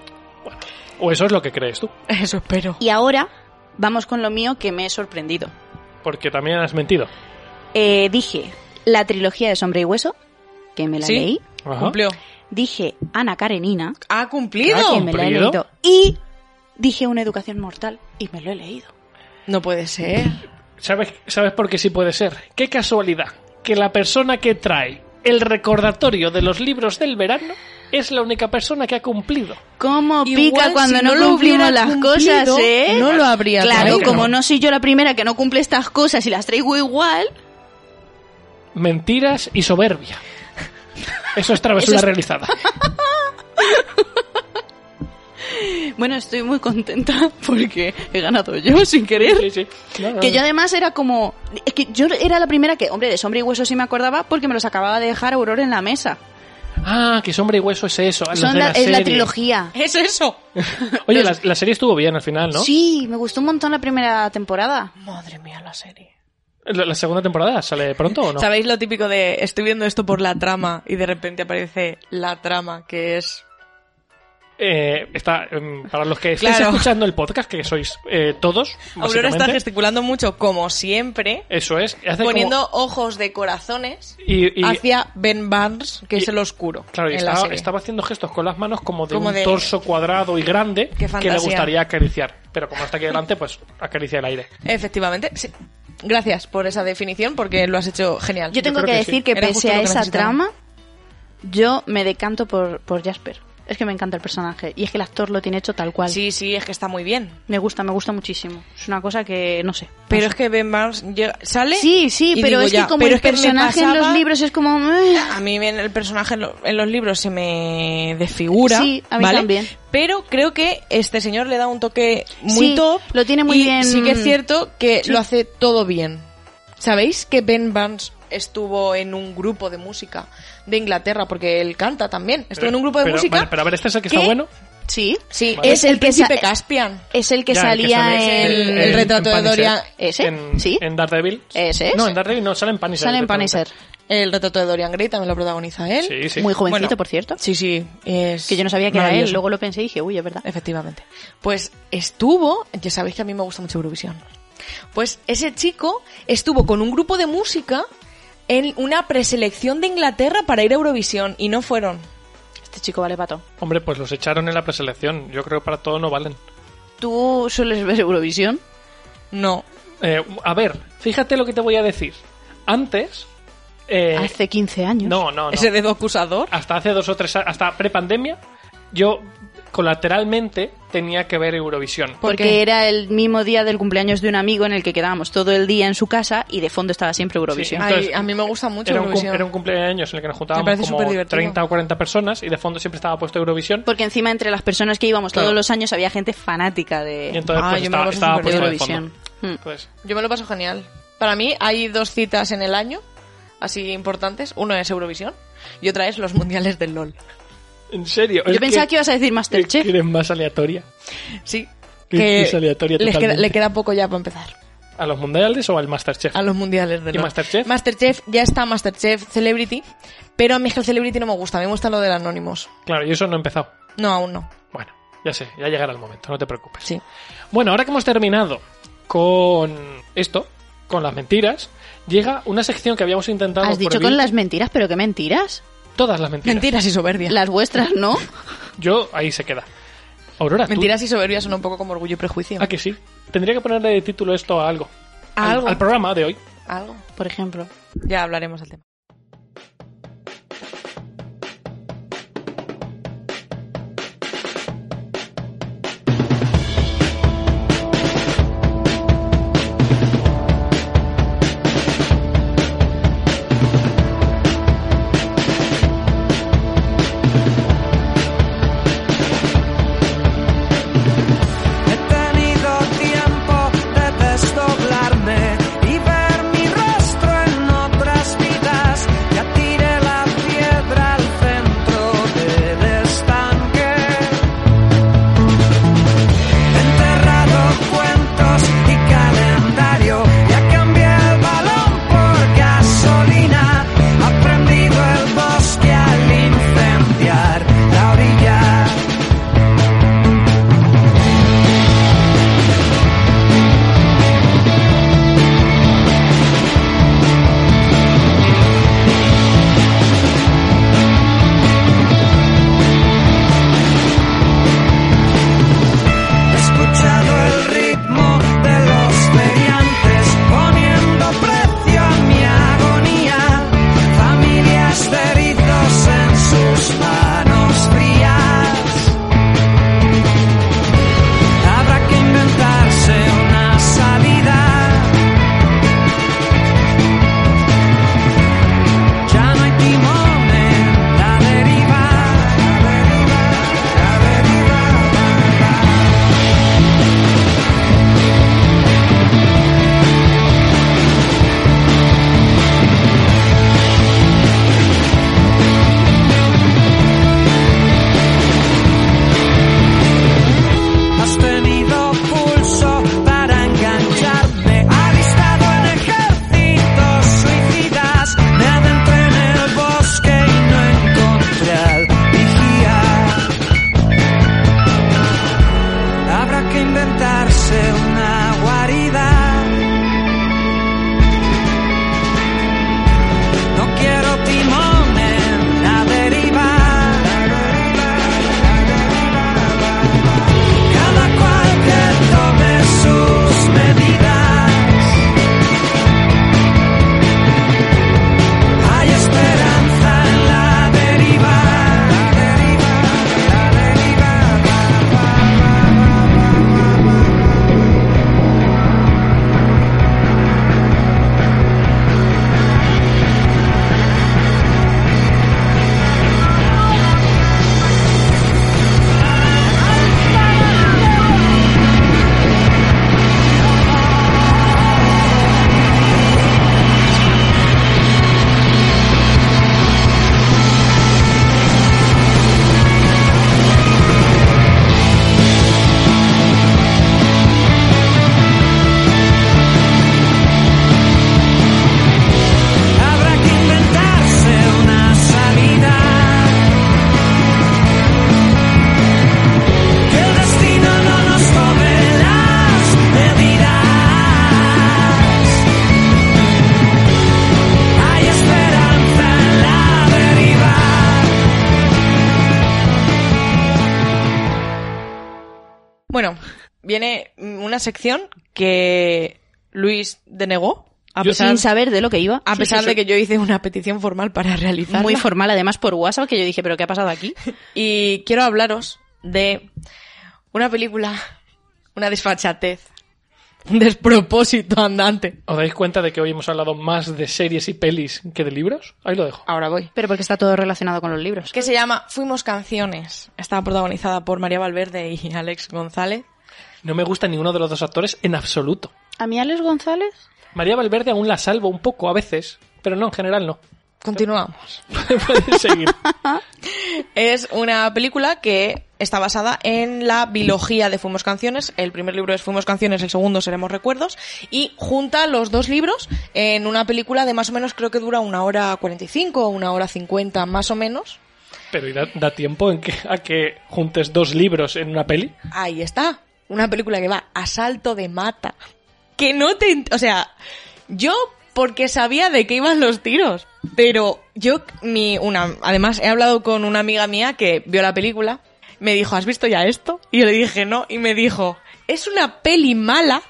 [SPEAKER 2] ¿O eso es lo que crees tú?
[SPEAKER 3] Eso espero.
[SPEAKER 1] Y ahora vamos con lo mío que me he sorprendido.
[SPEAKER 2] Porque también has mentido.
[SPEAKER 1] Eh, dije la trilogía de Sombra y Hueso, que me la
[SPEAKER 3] Sí.
[SPEAKER 1] leí.
[SPEAKER 2] Ajá.
[SPEAKER 3] Cumplió.
[SPEAKER 1] Dije Ana Karenina,
[SPEAKER 3] Ha cumplido.
[SPEAKER 2] Ah,
[SPEAKER 1] que me la he
[SPEAKER 2] ¿Cumplido?
[SPEAKER 3] eh?
[SPEAKER 1] leído. Y dije Una educación mortal y me lo he leído.
[SPEAKER 3] No puede ser.
[SPEAKER 2] ¿Sabes, ¿Sabes por qué sí puede ser? ¡Qué casualidad! Que la persona que trae el recordatorio de los libros del verano es la única persona que ha cumplido.
[SPEAKER 1] ¿Cómo
[SPEAKER 3] Igual
[SPEAKER 1] pica cuando
[SPEAKER 3] si
[SPEAKER 1] no,
[SPEAKER 3] no lo
[SPEAKER 1] cumplimos
[SPEAKER 3] hubiera
[SPEAKER 1] las
[SPEAKER 3] cumplido,
[SPEAKER 1] cosas, eh?
[SPEAKER 3] no lo habría
[SPEAKER 1] Claro,
[SPEAKER 2] traído.
[SPEAKER 1] como no soy yo la primera que no cumple estas cosas y las traigo igual,
[SPEAKER 2] Mentiras y soberbia. Eso es travesura realizada.
[SPEAKER 1] bueno, estoy muy contenta *laughs* porque he ganado yo sin querer.
[SPEAKER 2] Sí, sí. No, no,
[SPEAKER 1] Que yo
[SPEAKER 2] no.
[SPEAKER 1] además era como... Es que yo era la primera que, hombre, de sombra y hueso sí me acordaba porque me los acababa de dejar Aurora en la mesa.
[SPEAKER 2] Ah, que sombra y hueso es eso. ah, los
[SPEAKER 1] Son
[SPEAKER 2] de
[SPEAKER 1] la-
[SPEAKER 2] la
[SPEAKER 1] es la
[SPEAKER 2] serie.
[SPEAKER 1] trilogía.
[SPEAKER 3] Es eso.
[SPEAKER 2] Oye, la, la serie estuvo bien al final, ¿no?
[SPEAKER 1] Sí, me gustó un montón la primera temporada.
[SPEAKER 3] Madre mía, la serie.
[SPEAKER 2] ¿La, la segunda temporada sale pronto o no?
[SPEAKER 3] ¿Sabéis lo típico de estoy viendo esto por la trama y de repente aparece la trama que es
[SPEAKER 2] Eh, está, em, para los que estáis
[SPEAKER 3] Claro.
[SPEAKER 2] escuchando el podcast, que sois eh, todos,
[SPEAKER 3] Aurora está
[SPEAKER 2] básicamente,
[SPEAKER 3] gesticulando mucho como siempre,
[SPEAKER 2] eso es, hace como-
[SPEAKER 3] poniendo ojos de corazones
[SPEAKER 2] y, y-
[SPEAKER 3] hacia Ben Barnes, que es el oscuro.
[SPEAKER 2] claro, y
[SPEAKER 3] en la
[SPEAKER 2] estaba,
[SPEAKER 3] serie.
[SPEAKER 2] estaba haciendo gestos con las manos como de
[SPEAKER 3] Como
[SPEAKER 2] un
[SPEAKER 3] de-
[SPEAKER 2] torso cuadrado y grande que le
[SPEAKER 3] fantasía.
[SPEAKER 2] gustaría acariciar, pero como está aquí delante, pues acaricia el aire.
[SPEAKER 3] Efectivamente, sí. Gracias por esa definición porque lo has hecho genial.
[SPEAKER 1] Yo tengo
[SPEAKER 2] creo
[SPEAKER 1] que,
[SPEAKER 2] que sí.
[SPEAKER 1] decir que
[SPEAKER 3] Era
[SPEAKER 1] pese
[SPEAKER 3] justo
[SPEAKER 1] a
[SPEAKER 3] lo que
[SPEAKER 1] esa
[SPEAKER 3] necesitaba.
[SPEAKER 1] trama, yo me decanto por, por Jasper. Es que me encanta el personaje y es que el actor lo tiene hecho tal cual.
[SPEAKER 3] Sí, sí, es que está muy bien.
[SPEAKER 1] Me gusta, me gusta muchísimo. Es una cosa que no sé.
[SPEAKER 3] Pero es que Ben Barnes llega- sale.
[SPEAKER 1] Sí, sí,
[SPEAKER 3] y
[SPEAKER 1] pero
[SPEAKER 3] digo
[SPEAKER 1] es
[SPEAKER 3] ya,
[SPEAKER 1] que como
[SPEAKER 3] pero
[SPEAKER 1] el
[SPEAKER 3] es que me
[SPEAKER 1] personaje en los
[SPEAKER 3] pasaba-
[SPEAKER 1] libros es como... "Eh".
[SPEAKER 3] A mí en el personaje en, lo- en los libros se me desfigura.
[SPEAKER 1] Sí, a mí
[SPEAKER 3] ¿vale?
[SPEAKER 1] también.
[SPEAKER 3] Pero creo que este señor le da un toque muy
[SPEAKER 1] Sí,
[SPEAKER 3] top.
[SPEAKER 1] lo tiene muy
[SPEAKER 3] y
[SPEAKER 1] bien.
[SPEAKER 3] Sí que es cierto que
[SPEAKER 1] Sí.
[SPEAKER 3] lo hace todo bien. ¿Sabéis que Ben Barnes estuvo en un grupo de música de Inglaterra? Porque él canta también. Estuvo en un grupo de
[SPEAKER 2] pero,
[SPEAKER 3] música.
[SPEAKER 2] vale, pero a ver, este es el que está
[SPEAKER 3] que-
[SPEAKER 2] bueno.
[SPEAKER 1] Sí.
[SPEAKER 3] Sí,
[SPEAKER 2] Vale.
[SPEAKER 3] es el,
[SPEAKER 1] que sa-
[SPEAKER 3] príncipe Caspian.
[SPEAKER 1] Es el que
[SPEAKER 2] Ya, el que
[SPEAKER 1] salía
[SPEAKER 2] sale
[SPEAKER 1] en...
[SPEAKER 3] el- el retrato de
[SPEAKER 2] Punisher.
[SPEAKER 3] Dorian.
[SPEAKER 1] ¿Ese?
[SPEAKER 2] En,
[SPEAKER 1] Sí.
[SPEAKER 2] En Daredevil.
[SPEAKER 1] Ese es.
[SPEAKER 2] No, en Daredevil no, sale en Punisher.
[SPEAKER 1] Sale en Punisher.
[SPEAKER 2] directamente.
[SPEAKER 3] El retrato de Dorian Gray también lo protagoniza él.
[SPEAKER 2] Sí, sí.
[SPEAKER 1] Muy jovencito,
[SPEAKER 3] Bueno.
[SPEAKER 1] por cierto.
[SPEAKER 3] Sí, sí. Es
[SPEAKER 1] Que yo no sabía que era él.
[SPEAKER 3] maravilloso.
[SPEAKER 1] Luego lo pensé y dije, uy, es verdad.
[SPEAKER 3] Efectivamente. Pues estuvo, ya sabéis que a mí me gusta mucho Eurovisión. Pues ese chico estuvo con un grupo de música en una preselección de Inglaterra para ir a Eurovisión y no fueron.
[SPEAKER 1] Este chico vale pato.
[SPEAKER 2] Hombre, pues los echaron en la preselección. Yo creo que para todo no valen.
[SPEAKER 1] ¿Tú sueles ver Eurovisión?
[SPEAKER 3] No.
[SPEAKER 2] Eh, a ver, fíjate lo que te voy a decir. Antes. eh,
[SPEAKER 1] Hace 15 años.
[SPEAKER 2] No, no, no.
[SPEAKER 3] Ese dedo acusador.
[SPEAKER 2] Hasta hace dos o tres. a- Hasta prepandemia, yo colateralmente tenía que ver Eurovisión.
[SPEAKER 3] ¿Por
[SPEAKER 1] Porque
[SPEAKER 3] qué?
[SPEAKER 1] era el mismo día del cumpleaños de un amigo en el que quedábamos todo el día en su casa y de fondo estaba siempre Eurovisión.
[SPEAKER 3] Ay,
[SPEAKER 2] Sí. Ah, entonces,
[SPEAKER 3] a mí me gusta mucho
[SPEAKER 2] Era un, cum-
[SPEAKER 3] Eurovisión.
[SPEAKER 2] era un cumpleaños en el que nos
[SPEAKER 3] Me
[SPEAKER 2] juntábamos
[SPEAKER 3] parece
[SPEAKER 2] como
[SPEAKER 3] superdivertido.
[SPEAKER 2] 30 o 40 personas y de fondo siempre estaba puesto Eurovisión.
[SPEAKER 1] Porque encima entre las personas que íbamos
[SPEAKER 2] Claro.
[SPEAKER 1] todos los años había gente fanática
[SPEAKER 2] Y
[SPEAKER 1] de,
[SPEAKER 2] entonces
[SPEAKER 3] Ah,
[SPEAKER 2] pues,
[SPEAKER 3] yo me
[SPEAKER 2] estaba,
[SPEAKER 3] lo paso
[SPEAKER 2] estaba
[SPEAKER 3] súper
[SPEAKER 1] de
[SPEAKER 2] puesto de
[SPEAKER 1] Eurovisión.
[SPEAKER 2] fondo.
[SPEAKER 1] Mm.
[SPEAKER 2] Pues,
[SPEAKER 3] Yo me lo paso genial. Para mí hay dos citas en el año así importantes. Uno es Eurovisión y otra es los mundiales del LOL.
[SPEAKER 2] en serio.
[SPEAKER 1] Yo pensaba que ibas a decir
[SPEAKER 2] ¿Qué
[SPEAKER 1] Masterchef.
[SPEAKER 2] quieres más aleatoria?
[SPEAKER 3] Sí.
[SPEAKER 2] Que- que es aleatoria
[SPEAKER 3] les queda,
[SPEAKER 2] totalmente.
[SPEAKER 3] le queda poco ya para empezar.
[SPEAKER 2] ¿A los mundiales o al Masterchef?
[SPEAKER 3] A los mundiales de
[SPEAKER 2] ¿Y
[SPEAKER 3] LOL.
[SPEAKER 2] Masterchef?
[SPEAKER 3] Masterchef, ya está Masterchef Celebrity, pero a mí es que el Celebrity no me gusta, a mí me gusta lo del Anonymous.
[SPEAKER 2] Claro, y eso no he empezado.
[SPEAKER 3] No, aún no.
[SPEAKER 2] Bueno, ya sé, ya llegará el momento, no te preocupes.
[SPEAKER 3] Sí.
[SPEAKER 2] Bueno, ahora que hemos terminado con esto, con las mentiras, llega una sección que habíamos intentado
[SPEAKER 1] Has dicho
[SPEAKER 2] prohibir,
[SPEAKER 1] con las mentiras, pero qué mentiras.
[SPEAKER 2] todas las mentiras.
[SPEAKER 3] Mentiras y soberbia.
[SPEAKER 1] Las vuestras, ¿no?
[SPEAKER 2] Yo ahí se queda. Aurora, tú-
[SPEAKER 3] Mentiras y soberbia son un poco como orgullo y prejuicio.
[SPEAKER 2] Ah, que sí. Tendría que ponerle de título esto a algo.
[SPEAKER 3] ¿A
[SPEAKER 2] al,
[SPEAKER 3] algo?
[SPEAKER 2] al programa de hoy.
[SPEAKER 3] Algo.
[SPEAKER 1] Por ejemplo.
[SPEAKER 3] Ya hablaremos del tema.
[SPEAKER 5] He tenido tiempo de desdoblarme y ver mi rostro en otras vidas.
[SPEAKER 3] Bueno, viene una sección que Luis denegó. A
[SPEAKER 2] Yo
[SPEAKER 3] pesar,
[SPEAKER 2] sí
[SPEAKER 1] Sin saber de lo que iba.
[SPEAKER 3] a
[SPEAKER 2] sí,
[SPEAKER 3] pesar
[SPEAKER 2] sí,
[SPEAKER 3] de
[SPEAKER 2] sí.
[SPEAKER 3] que yo hice una petición formal para realizarla.
[SPEAKER 1] Muy formal, además por WhatsApp, que yo dije, ¿pero qué ha pasado aquí?
[SPEAKER 3] Y quiero hablaros de una película, una desfachatez, un despropósito andante.
[SPEAKER 2] ¿Os dais cuenta de que hoy hemos hablado más de series y pelis que de libros? Ahí lo dejo.
[SPEAKER 3] Ahora voy.
[SPEAKER 1] *laughs* Pero porque está todo relacionado con los libros.
[SPEAKER 3] Que se llama Fuimos Canciones. Está protagonizada por María Valverde y *laughs* Alex González.
[SPEAKER 2] No me gusta ninguno de los dos actores en absoluto.
[SPEAKER 1] ¿A mí Alex González?
[SPEAKER 2] María Valverde aún la salvo un poco a veces, pero no, en general no. *laughs*
[SPEAKER 3] Continuamos.
[SPEAKER 2] Puedes seguir.
[SPEAKER 3] Es una película que está basada en la biología de Fuimos Canciones. El primer libro es Fuimos Canciones, el segundo Seremos Recuerdos. Y junta los dos libros en una película de más o menos, creo que dura una hora 45 o una hora 50, más o menos.
[SPEAKER 2] Pero ¿y da, da tiempo en que, a que juntes dos libros en una peli?
[SPEAKER 3] Ahí está. Una película que va a salto de mata. Que no te... ent- O sea, yo porque sabía de qué iban los tiros. Pero yo, mi, una, además he hablado con una amiga mía que vio la película. Me dijo, ¿has visto ya esto? Y yo le dije, no. Y me dijo, es una peli mala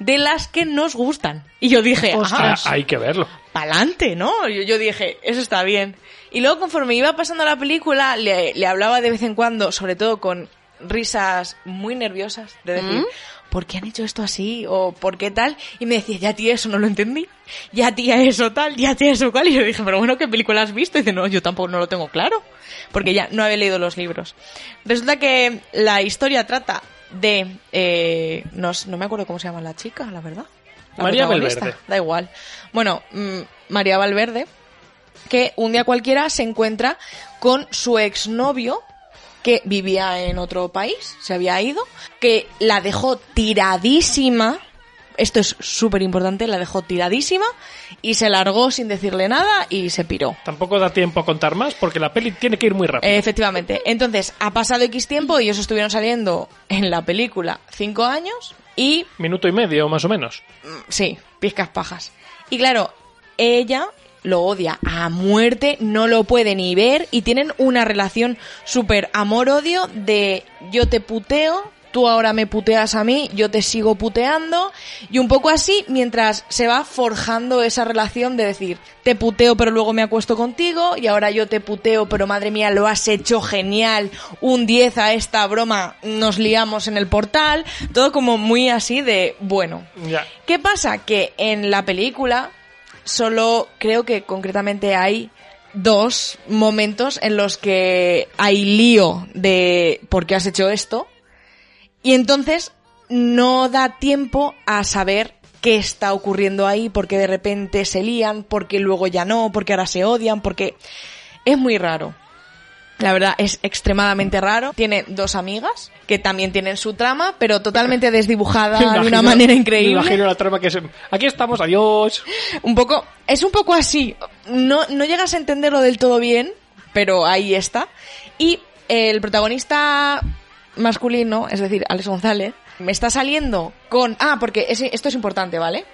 [SPEAKER 3] de las que nos gustan. Y yo dije,
[SPEAKER 2] Ah,
[SPEAKER 3] ah,
[SPEAKER 2] hay que verlo.
[SPEAKER 3] pa'lante, ¿no? Yo, yo dije, eso está bien. Y luego conforme iba pasando la película, le, le hablaba de vez en cuando, sobre todo con risas muy nerviosas, de decir, ¿por qué han hecho esto así? ¿O por qué tal? Y me decía, ya tía, eso no lo entendí. Ya tía, eso tal, ya tía, eso cual. Y yo dije, pero bueno, ¿qué película has visto? Y dice, no, yo tampoco no lo tengo claro. Porque ya no había leído los libros. Resulta que la historia trata de... eh, no, s- no me acuerdo cómo se llama la chica, la verdad. La
[SPEAKER 2] María
[SPEAKER 3] protagonista.
[SPEAKER 2] Valverde.
[SPEAKER 3] Da igual. Bueno, mm, María Valverde, que un día cualquiera se encuentra con su exnovio que vivía en otro país, se había ido, que la dejó tiradísima. Esto es súper importante, la dejó tiradísima y se largó sin decirle nada y se piró.
[SPEAKER 2] Tampoco da tiempo a contar más porque la peli tiene que ir muy rápido.
[SPEAKER 3] Eh, Efectivamente. Entonces, ha pasado X tiempo, ellos estuvieron saliendo en la película cinco años y
[SPEAKER 2] Minuto y medio, más o menos.
[SPEAKER 3] Mm, Sí, piscas pajas. Y claro, ella lo odia a muerte, no lo puede ni ver y tienen una relación súper amor-odio de yo te puteo, tú ahora me puteas a mí, yo te sigo puteando y un poco así mientras se va forjando esa relación de decir te puteo pero luego me acuesto contigo y ahora yo te puteo pero madre mía lo has hecho genial, un 10 a esta broma, nos liamos en el portal, todo como muy así de bueno,
[SPEAKER 2] Ya.
[SPEAKER 3] ¿Qué pasa? Que en la película solo creo que concretamente hay dos momentos en los que hay lío de por qué has hecho esto y entonces no da tiempo a saber qué está ocurriendo ahí, porque de repente se lían, porque luego ya no, porque ahora se odian, porque es muy raro. La verdad es extremadamente raro. Tiene dos amigas que también tienen su trama, pero totalmente desdibujada
[SPEAKER 2] *laughs* Me
[SPEAKER 3] de
[SPEAKER 2] imagino-
[SPEAKER 3] una manera
[SPEAKER 2] Me
[SPEAKER 3] increíble
[SPEAKER 2] imagino la trama que es... Aquí estamos, adiós.
[SPEAKER 3] un poco, es un poco así. No, no llegas a entenderlo del todo bien, pero ahí está. Y el protagonista masculino, es decir, Alex González, me está saliendo con... Ah, porque es- esto es importante, ¿vale?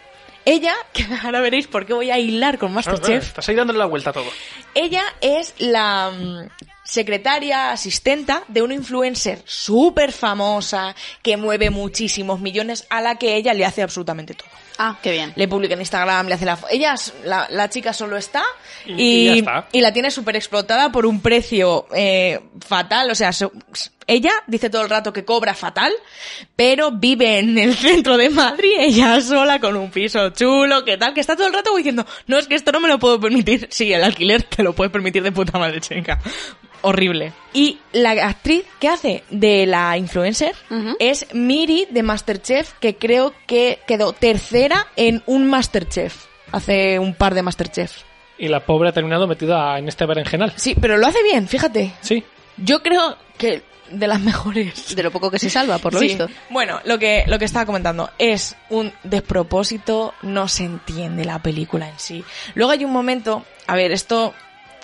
[SPEAKER 3] Ella, *laughs* que ahora veréis por qué voy a hilar con
[SPEAKER 2] Claro, claro,
[SPEAKER 3] Masterchef,
[SPEAKER 2] Estás ahí dándole la vuelta a todo.
[SPEAKER 3] ella es la mm, secretaria, asistenta de una influencer súper famosa que mueve muchísimos millones a la que ella le hace absolutamente todo
[SPEAKER 1] Ah, qué bien.
[SPEAKER 3] le publica en Instagram, le hace la... fo- Ella, es- la, la chica solo está
[SPEAKER 2] Y-
[SPEAKER 3] y,
[SPEAKER 2] y ya está.
[SPEAKER 3] y la tiene súper explotada por un precio eh, fatal. O sea, so- ella dice todo el rato que cobra fatal, pero vive en el centro de Madrid, ella sola, con un piso chulo, que tal, que está todo el rato diciendo, no, es que esto no me lo puedo permitir. Sí, el alquiler te lo puedes permitir de puta madre, chica. Horrible. Y la actriz que hace de la influencer
[SPEAKER 1] Ujú.
[SPEAKER 3] es Miri de Masterchef, que creo que quedó tercera en un Masterchef. Hace un par de Masterchef.
[SPEAKER 2] Y la pobre ha terminado metida en este berenjenal.
[SPEAKER 3] Sí, pero lo hace bien, fíjate.
[SPEAKER 2] Sí.
[SPEAKER 3] Yo creo que de las *laughs* mejores.
[SPEAKER 1] De lo poco que se salva, por lo *laughs*
[SPEAKER 3] Sí.
[SPEAKER 1] visto.
[SPEAKER 3] Bueno, lo que, lo que estaba comentando es un despropósito, no se entiende la película en sí. Luego hay un momento, a ver, esto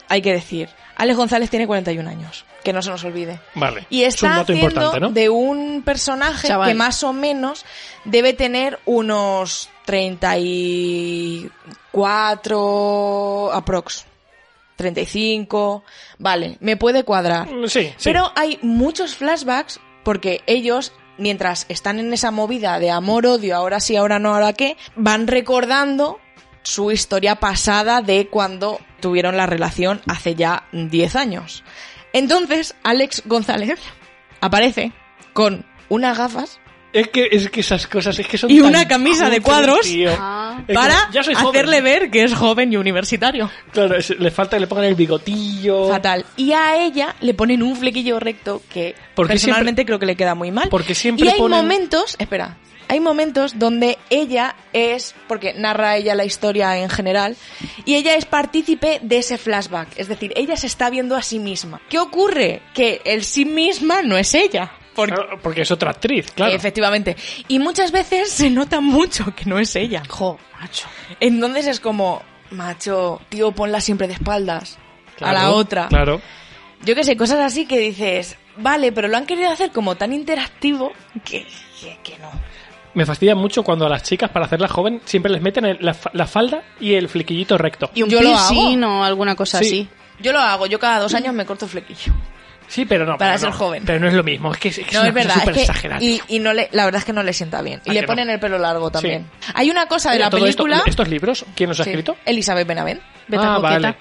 [SPEAKER 3] hay que decir. Alex González tiene 41 años, que no se nos olvide.
[SPEAKER 2] Vale.
[SPEAKER 3] Y
[SPEAKER 2] es
[SPEAKER 3] está
[SPEAKER 2] un dato
[SPEAKER 3] haciendo
[SPEAKER 2] importante, ¿no?
[SPEAKER 3] de un personaje
[SPEAKER 1] Chaval.
[SPEAKER 3] que más o menos debe tener unos 34 aprox. 35. Vale, me puede cuadrar.
[SPEAKER 2] Mm, Sí, sí.
[SPEAKER 3] Pero hay muchos flashbacks porque ellos mientras están en esa movida de amor-odio, ahora sí, ahora no, ahora qué, van recordando su historia pasada de cuando tuvieron la relación hace ya 10 años. Entonces, Alex González aparece con unas gafas
[SPEAKER 2] Es que, es que esas cosas es que son
[SPEAKER 3] Y
[SPEAKER 2] tan
[SPEAKER 3] una camisa de
[SPEAKER 2] cutres,
[SPEAKER 3] cuadros.
[SPEAKER 2] tío.
[SPEAKER 1] Ah.
[SPEAKER 2] Es
[SPEAKER 3] para
[SPEAKER 2] que ya soy joven.
[SPEAKER 3] hacerle ver que es joven y universitario.
[SPEAKER 2] Claro, es- le falta que le pongan el bigotillo.
[SPEAKER 3] Fatal. Y a ella le ponen un flequillo recto que
[SPEAKER 2] ¿Por qué
[SPEAKER 3] personalmente creo que le queda muy mal.
[SPEAKER 2] por qué siempre
[SPEAKER 3] y hay
[SPEAKER 2] ponen-
[SPEAKER 3] momentos, espera, hay momentos donde ella es, porque narra ella la historia en general, y ella es partícipe de ese flashback. Es decir, ella se está viendo a sí misma. ¿Qué ocurre? Que el sí misma no es ella. Porque
[SPEAKER 2] Claro, porque es otra actriz, claro.
[SPEAKER 3] Efectivamente. Y muchas veces se nota mucho que no es ella. Jo, macho. Entonces es como, macho, tío, ponla siempre de espaldas
[SPEAKER 2] Claro,
[SPEAKER 3] a la otra.
[SPEAKER 2] Claro.
[SPEAKER 3] Yo qué sé, cosas así que dices, vale, pero lo han querido hacer como tan interactivo que, que, que no.
[SPEAKER 2] Me fastidia mucho cuando a las chicas, para hacerlas joven, siempre les meten el- la, fa- la falda y el flequillito recto.
[SPEAKER 1] Y un
[SPEAKER 3] Yo lo
[SPEAKER 1] piercing o alguna cosa
[SPEAKER 2] Sí.
[SPEAKER 1] así.
[SPEAKER 3] Yo lo hago, yo cada dos años me corto flequillo.
[SPEAKER 2] Sí, pero no.
[SPEAKER 3] Para
[SPEAKER 2] pero
[SPEAKER 3] ser
[SPEAKER 2] no.
[SPEAKER 3] joven.
[SPEAKER 2] Pero no es lo mismo. Es que es, que es
[SPEAKER 3] No,
[SPEAKER 2] una
[SPEAKER 3] es verdad.
[SPEAKER 2] cosa súper
[SPEAKER 3] es que-
[SPEAKER 2] exagerada.
[SPEAKER 3] y y no le, la verdad es que no le sienta bien. Y
[SPEAKER 2] ¿A
[SPEAKER 3] le
[SPEAKER 2] que
[SPEAKER 3] ponen
[SPEAKER 2] no?
[SPEAKER 3] el pelo largo también. Hay una cosa de
[SPEAKER 2] Mira,
[SPEAKER 3] la
[SPEAKER 2] todo esto-
[SPEAKER 3] película...
[SPEAKER 2] ¿Estos libros? ¿Quién los ha
[SPEAKER 3] Sí,
[SPEAKER 2] escrito?
[SPEAKER 3] Elizabeth Benavent. Vete a
[SPEAKER 2] ah,
[SPEAKER 3] coqueta.
[SPEAKER 2] vale.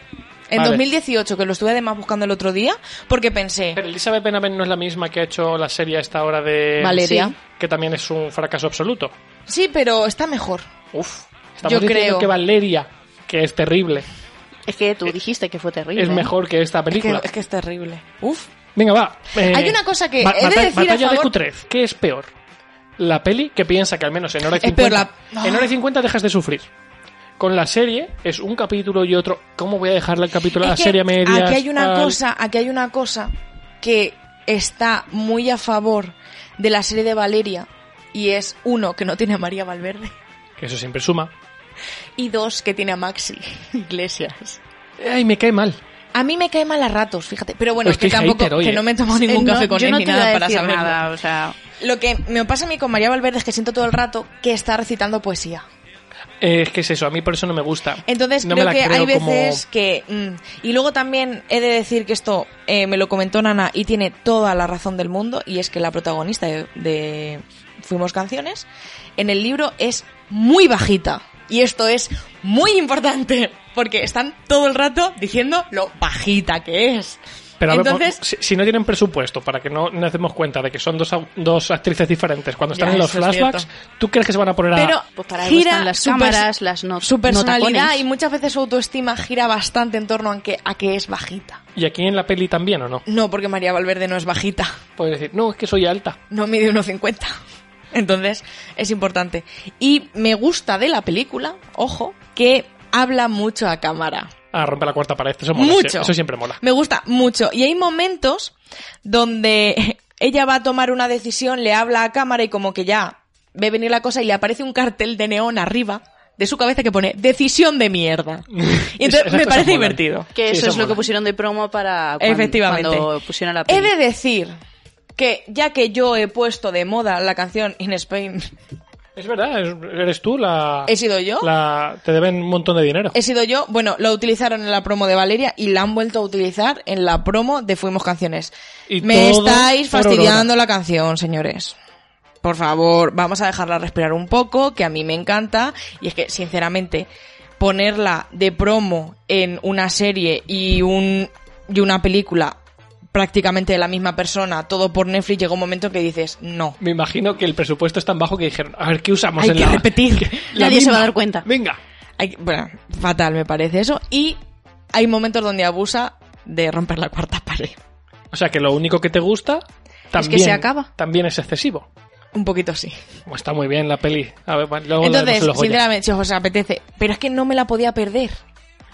[SPEAKER 3] En
[SPEAKER 2] Vale.
[SPEAKER 3] 2018, que lo estuve además buscando el otro día, porque pensé,
[SPEAKER 2] Pero Elizabeth Benavent no es la misma que ha hecho la serie a esta hora de...
[SPEAKER 3] Valeria.
[SPEAKER 2] Sí, que también es un fracaso absoluto.
[SPEAKER 3] sí, pero está mejor.
[SPEAKER 2] Uf. Estamos
[SPEAKER 3] Yo
[SPEAKER 2] diciendo
[SPEAKER 3] creo.
[SPEAKER 2] que Valeria, que es terrible,
[SPEAKER 1] Es que tú dijiste que fue terrible.
[SPEAKER 2] es
[SPEAKER 1] ¿eh?
[SPEAKER 2] mejor que esta
[SPEAKER 3] Es que,
[SPEAKER 2] película.
[SPEAKER 3] es que es terrible. Uf.
[SPEAKER 2] Venga, va. eh,
[SPEAKER 3] Hay una cosa que
[SPEAKER 2] ba-
[SPEAKER 3] he de
[SPEAKER 2] bata-
[SPEAKER 3] decir a
[SPEAKER 2] batalla de
[SPEAKER 3] favor-
[SPEAKER 2] cutrez. ¿Qué es peor? La peli que piensa que al menos en hora y
[SPEAKER 3] Es peor
[SPEAKER 2] 50,
[SPEAKER 3] la-
[SPEAKER 2] en hora y 50 dejas de sufrir. Con la serie es un capítulo y otro. ¿Cómo voy a dejarle el capítulo a la
[SPEAKER 3] Es que
[SPEAKER 2] serie media?
[SPEAKER 3] aquí hay una cosa, aquí hay una cosa que está muy a favor de la serie de Valeria y es uno que no tiene a María Valverde
[SPEAKER 2] Que eso siempre suma.
[SPEAKER 3] y dos que tiene a Maxi *laughs* Iglesias.
[SPEAKER 2] Ay, me cae mal.
[SPEAKER 3] A mí me cae mal a ratos, fíjate, pero bueno,
[SPEAKER 2] Pues
[SPEAKER 3] que
[SPEAKER 2] estoy
[SPEAKER 3] tampoco
[SPEAKER 2] hater hoy,
[SPEAKER 3] que
[SPEAKER 2] eh.
[SPEAKER 3] no me he tomado
[SPEAKER 1] Eh,
[SPEAKER 3] ningún
[SPEAKER 1] no,
[SPEAKER 3] café con
[SPEAKER 1] yo
[SPEAKER 3] él
[SPEAKER 1] no
[SPEAKER 3] ni
[SPEAKER 1] te
[SPEAKER 3] nada
[SPEAKER 1] iba a
[SPEAKER 3] para
[SPEAKER 1] decir
[SPEAKER 3] saberlo.
[SPEAKER 1] nada, o sea,
[SPEAKER 3] Lo que me pasa a mí con María Valverde es que siento todo el rato que está recitando poesía.
[SPEAKER 2] Eh, es que es eso, a mí por eso no me gusta.
[SPEAKER 3] Entonces
[SPEAKER 2] No me
[SPEAKER 3] creo
[SPEAKER 2] la
[SPEAKER 3] que hay
[SPEAKER 2] creo como-
[SPEAKER 3] veces que... mm, y luego también he de decir que esto eh, me lo comentó Nana y tiene toda la razón del mundo y es que la protagonista de, de Fuimos Canciones en el libro es muy bajita. Y esto es muy importante porque están todo el rato diciendo lo bajita que es.
[SPEAKER 2] Pero a ver,
[SPEAKER 3] Entonces,
[SPEAKER 2] si, si no tienen presupuesto para que no nos demos cuenta de que son dos, au- dos actrices diferentes cuando están
[SPEAKER 3] Ya,
[SPEAKER 2] en los
[SPEAKER 3] eso es
[SPEAKER 2] flashbacks, ¿tú crees que se van a poner a.?
[SPEAKER 3] pero
[SPEAKER 1] Pues para algo
[SPEAKER 3] gira
[SPEAKER 1] están las
[SPEAKER 3] su pers-
[SPEAKER 1] cámaras, las no-
[SPEAKER 3] su
[SPEAKER 1] no
[SPEAKER 3] personalidad
[SPEAKER 1] tacones.
[SPEAKER 3] y muchas veces su autoestima gira bastante en torno a que, a que es bajita.
[SPEAKER 2] ¿Y aquí en la peli también o no?
[SPEAKER 3] No, porque María Valverde no es bajita.
[SPEAKER 2] Puedes decir, no, es que soy alta.
[SPEAKER 3] no mide 1,50. Entonces, es importante. Y me gusta de la película, ojo, que habla mucho a cámara.
[SPEAKER 2] Ah, rompe la cuarta pared. Eso mola.
[SPEAKER 3] mucho.
[SPEAKER 2] Eso
[SPEAKER 3] *laughs*
[SPEAKER 2] siempre mola.
[SPEAKER 3] Me gusta mucho. Y hay momentos donde *laughs* ella va a tomar una decisión, le habla a cámara y como que ya ve venir la cosa y le aparece un cartel de neón arriba de su cabeza que pone decisión de
[SPEAKER 2] *laughs*
[SPEAKER 3] mierda. Y entonces
[SPEAKER 2] Esas
[SPEAKER 3] me
[SPEAKER 2] cosas
[SPEAKER 3] parece
[SPEAKER 2] molan.
[SPEAKER 3] divertido.
[SPEAKER 1] Que
[SPEAKER 2] Sí,
[SPEAKER 1] eso,
[SPEAKER 2] eso
[SPEAKER 1] es lo que
[SPEAKER 2] mola.
[SPEAKER 1] pusieron de promo para cuan-
[SPEAKER 3] Efectivamente.
[SPEAKER 1] cuando pusieron la
[SPEAKER 3] He
[SPEAKER 1] peli.
[SPEAKER 3] de decir que ya que yo he puesto de moda la canción In Spain,
[SPEAKER 2] Es verdad, es- eres tú Ah, la.
[SPEAKER 3] ¿he sido yo?
[SPEAKER 2] la- te deben un montón de dinero.
[SPEAKER 3] He sido yo, bueno, lo utilizaron en la promo de Valeria y la han vuelto a utilizar en la promo de Fuimos Canciones.
[SPEAKER 2] Y
[SPEAKER 3] Me
[SPEAKER 2] todo
[SPEAKER 3] estáis
[SPEAKER 2] por
[SPEAKER 3] fastidiando
[SPEAKER 2] Aurora.
[SPEAKER 3] la canción, señores. Por favor, vamos a dejarla respirar un poco, que a mí me encanta. Y es que, sinceramente, ponerla de promo en una serie y, un, y una película prácticamente de la misma persona, todo por Netflix, llega un momento que dices, no.
[SPEAKER 2] Me imagino que el presupuesto es tan bajo que dijeron, a ver, ¿qué usamos
[SPEAKER 3] Hay
[SPEAKER 2] en
[SPEAKER 3] que
[SPEAKER 2] la-
[SPEAKER 3] repetir.
[SPEAKER 2] la
[SPEAKER 1] Nadie se va a
[SPEAKER 2] misma?
[SPEAKER 1] dar cuenta.
[SPEAKER 2] *laughs* Venga.
[SPEAKER 3] Hay- bueno, fatal me parece eso. Y hay momentos donde abusa de romper la cuarta pared.
[SPEAKER 2] O sea, que lo único que te gusta también,
[SPEAKER 1] se acaba.
[SPEAKER 2] también es excesivo.
[SPEAKER 3] Un poquito sí.
[SPEAKER 2] Bueno, Está muy bien la peli. A ver, vale, luego la
[SPEAKER 3] Entonces,
[SPEAKER 2] vemos en los Goya.
[SPEAKER 3] sinceramente, si os apetece, pero es que no me la podía perder.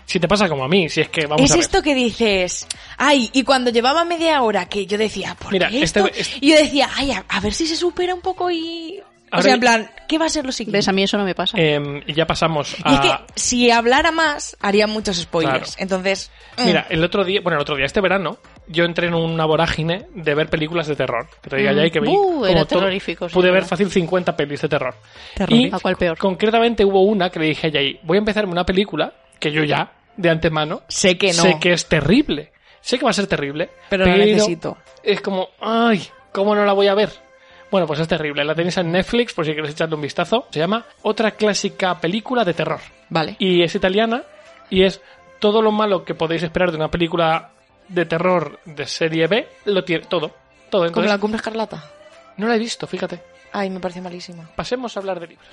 [SPEAKER 2] Si te pasa como a mí, si es que vamos
[SPEAKER 3] es
[SPEAKER 2] a ver.
[SPEAKER 3] esto que dices, ay, y cuando llevaba media hora que yo decía, ¿por
[SPEAKER 2] Mira,
[SPEAKER 3] qué
[SPEAKER 2] este-
[SPEAKER 3] esto?
[SPEAKER 2] este-
[SPEAKER 3] Y yo decía, ay, a, a ver si se supera un poco y...
[SPEAKER 2] Ahora
[SPEAKER 3] o sea,
[SPEAKER 2] yo-
[SPEAKER 3] en plan, ¿qué va a ser lo
[SPEAKER 1] ¿Ves?
[SPEAKER 3] siguiente?
[SPEAKER 1] A mí eso no me pasa.
[SPEAKER 2] Eh, y ya pasamos a...
[SPEAKER 3] Y es que si hablara más, haría muchos spoilers.
[SPEAKER 2] Ah. Claro.
[SPEAKER 3] Entonces,
[SPEAKER 1] Eh.
[SPEAKER 3] mm,
[SPEAKER 2] Mira, el otro día, bueno, el otro día, este verano, yo entré en una vorágine de ver películas de terror. Que te diga ya, y que vi.
[SPEAKER 1] Uh,
[SPEAKER 2] como
[SPEAKER 1] era
[SPEAKER 2] todo-
[SPEAKER 1] terrorífico, sí,
[SPEAKER 2] Pude ver
[SPEAKER 1] verdad.
[SPEAKER 2] fácil 50 pelis de terror.
[SPEAKER 3] Terrorífico.
[SPEAKER 1] ¿A cuál peor?
[SPEAKER 2] Concretamente hubo una que le dije a Yay, voy a empezarme una película que yo ya, de antemano,
[SPEAKER 3] sé que no.
[SPEAKER 2] sé que es terrible. Sé que va a ser terrible.
[SPEAKER 3] Pero la necesito.
[SPEAKER 2] Es como, ay, ¿cómo no la voy a ver? Bueno, pues es terrible. La tenéis en Netflix, por si queréis echarle un vistazo. Se llama Otra clásica película de terror.
[SPEAKER 3] Vale.
[SPEAKER 2] Y es italiana y es todo lo malo que podéis esperar de una película de terror de serie B, lo tiene todo. Todo.
[SPEAKER 3] Como
[SPEAKER 2] Entonces,
[SPEAKER 3] la cumbre escarlata.
[SPEAKER 2] no la he visto, fíjate.
[SPEAKER 3] Ay, me parece malísima.
[SPEAKER 2] Pasemos a hablar de libros.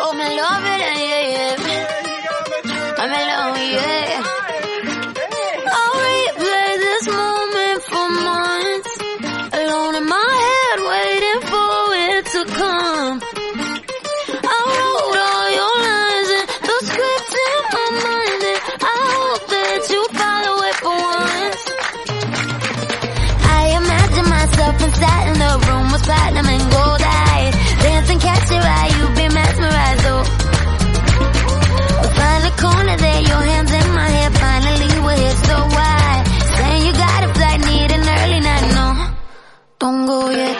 [SPEAKER 6] Oh, me love it, yeah, yeah. I'm in love, yeah. I'll replay this moment for months. Alone in my head, waiting for it to come. I wrote all your lines and the script in my mind, and I hope that you follow it for once. I imagine myself inside in the room with platinum and gold eyes. Dancing, catch your eye, you be mesmerized, oh. We Find the corner there, your hands in my hair, finally we're here, so why? Saying you got a flight, need an early night, no. Don't go yet.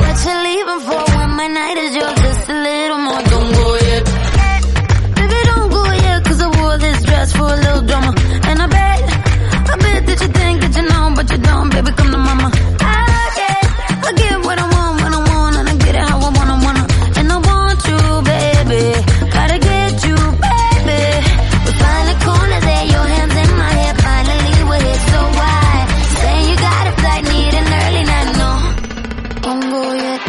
[SPEAKER 6] What you leaving for when my night is yours? Just a little more. Don't go yet. Baby, don't go yet, cause I wore this dress for a little drama. And I bet, I bet that you think that you know, but you don't, baby, come to mama. I like it. I get what I want when I want, and I get it how I want, I want it. And I want you, baby. Gotta get you, baby. We find a corner there, your hands in my hair. Finally, we're here, so why? Saying you got a flight, need an early night, no. Don't go yet.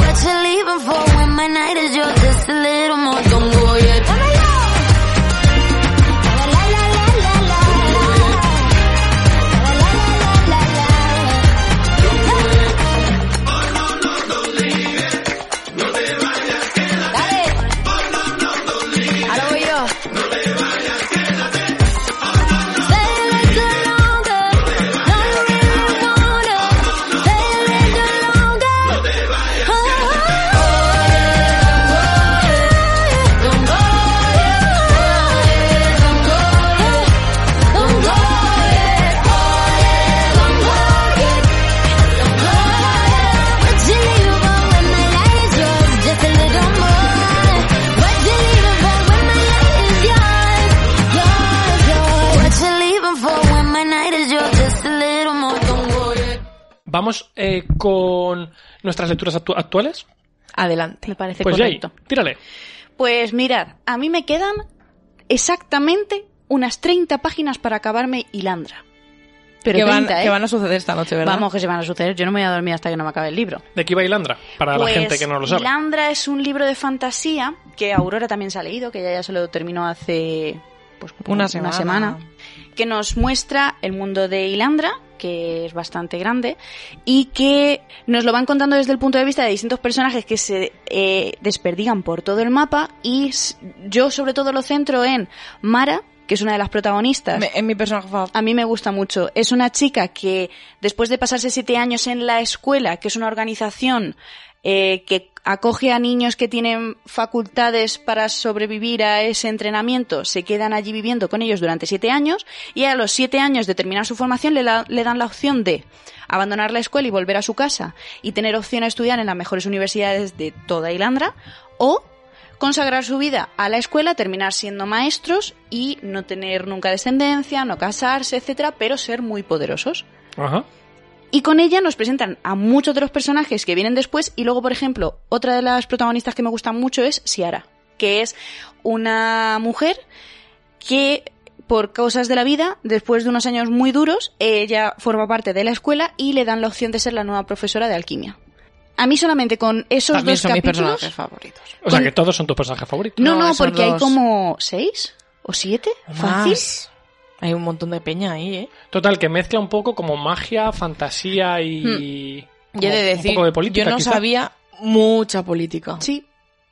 [SPEAKER 6] What you leaving for when my night is yours? Just a little more. Don't go yet.
[SPEAKER 3] Ahora voy yo.
[SPEAKER 6] Stay a little longer. No, you really want it. Stay a little longer. What you leaving for when my light is yours? Just a little more. What you leaving for when my light is yours? Yours, yours. What you leaving for when my night is yours? Just a little more. Don't worry.
[SPEAKER 2] Vamos eh, con nuestras lecturas actu- actuales.
[SPEAKER 3] Adelante.
[SPEAKER 1] Me parece
[SPEAKER 2] Pues Jay,
[SPEAKER 1] correcto.
[SPEAKER 2] tírale.
[SPEAKER 1] Pues mirad, a mí me quedan exactamente unas 30 páginas para acabarme Hilandra. Pero
[SPEAKER 3] que, van,
[SPEAKER 1] 30, ¿eh?
[SPEAKER 3] que van a suceder esta noche, ¿verdad?
[SPEAKER 1] Vamos, que se van a suceder. Yo no me voy a dormir hasta que no me acabe el libro.
[SPEAKER 2] ¿De qué va Hilandra? Para
[SPEAKER 1] Pues,
[SPEAKER 2] la gente que no lo sabe.
[SPEAKER 1] Hilandra es un libro de fantasía que Aurora también se ha leído, que ella ya se lo terminó hace pues,
[SPEAKER 3] Una semana.
[SPEAKER 1] que nos muestra el mundo de Hilandra, que es bastante grande, y que nos lo van contando desde el punto de vista de distintos personajes que se eh, desperdigan por todo el mapa, y s- yo sobre todo lo centro en Mara, que es una de las protagonistas.
[SPEAKER 3] Me- en mi personaje favorito.
[SPEAKER 1] A mí me gusta mucho. Es una chica que, después de pasarse siete años en la escuela, que es una organización eh, que acoge a niños que tienen facultades para sobrevivir a ese entrenamiento, se quedan allí viviendo con ellos durante siete años y a los siete años de terminar su formación le, la- le dan la opción de abandonar la escuela y volver a su casa y tener opción a estudiar en las mejores universidades de toda Hilandra o consagrar su vida a la escuela, terminar siendo maestros y no tener nunca descendencia, no casarse, etcétera, pero ser muy poderosos.
[SPEAKER 2] Ajá.
[SPEAKER 1] Y con ella nos presentan a muchos de los personajes que vienen después y luego, por ejemplo, otra de las protagonistas que me gusta mucho es Ciara, que es una mujer que por causas de la vida, después de unos años muy duros, ella forma parte de la escuela y le dan la opción de ser la nueva profesora de alquimia. A mí solamente con esos
[SPEAKER 3] También
[SPEAKER 1] dos
[SPEAKER 3] son mis
[SPEAKER 1] capítulos
[SPEAKER 3] personajes favoritos.
[SPEAKER 2] O sea
[SPEAKER 1] Con-
[SPEAKER 2] que todos son tus personajes favoritos.
[SPEAKER 1] no,
[SPEAKER 3] No,
[SPEAKER 1] no,
[SPEAKER 3] esos
[SPEAKER 1] porque hay
[SPEAKER 3] dos.
[SPEAKER 1] como seis o siete. Fácil.
[SPEAKER 3] Más. Hay un montón de peña ahí, ¿eh?
[SPEAKER 2] Total, que mezcla un poco como magia, fantasía y.
[SPEAKER 3] Y Hmm. he
[SPEAKER 2] como
[SPEAKER 3] de
[SPEAKER 2] un
[SPEAKER 3] decir,
[SPEAKER 2] poco de política,
[SPEAKER 3] yo no
[SPEAKER 2] quizá.
[SPEAKER 3] sabía mucha política.
[SPEAKER 1] Sí.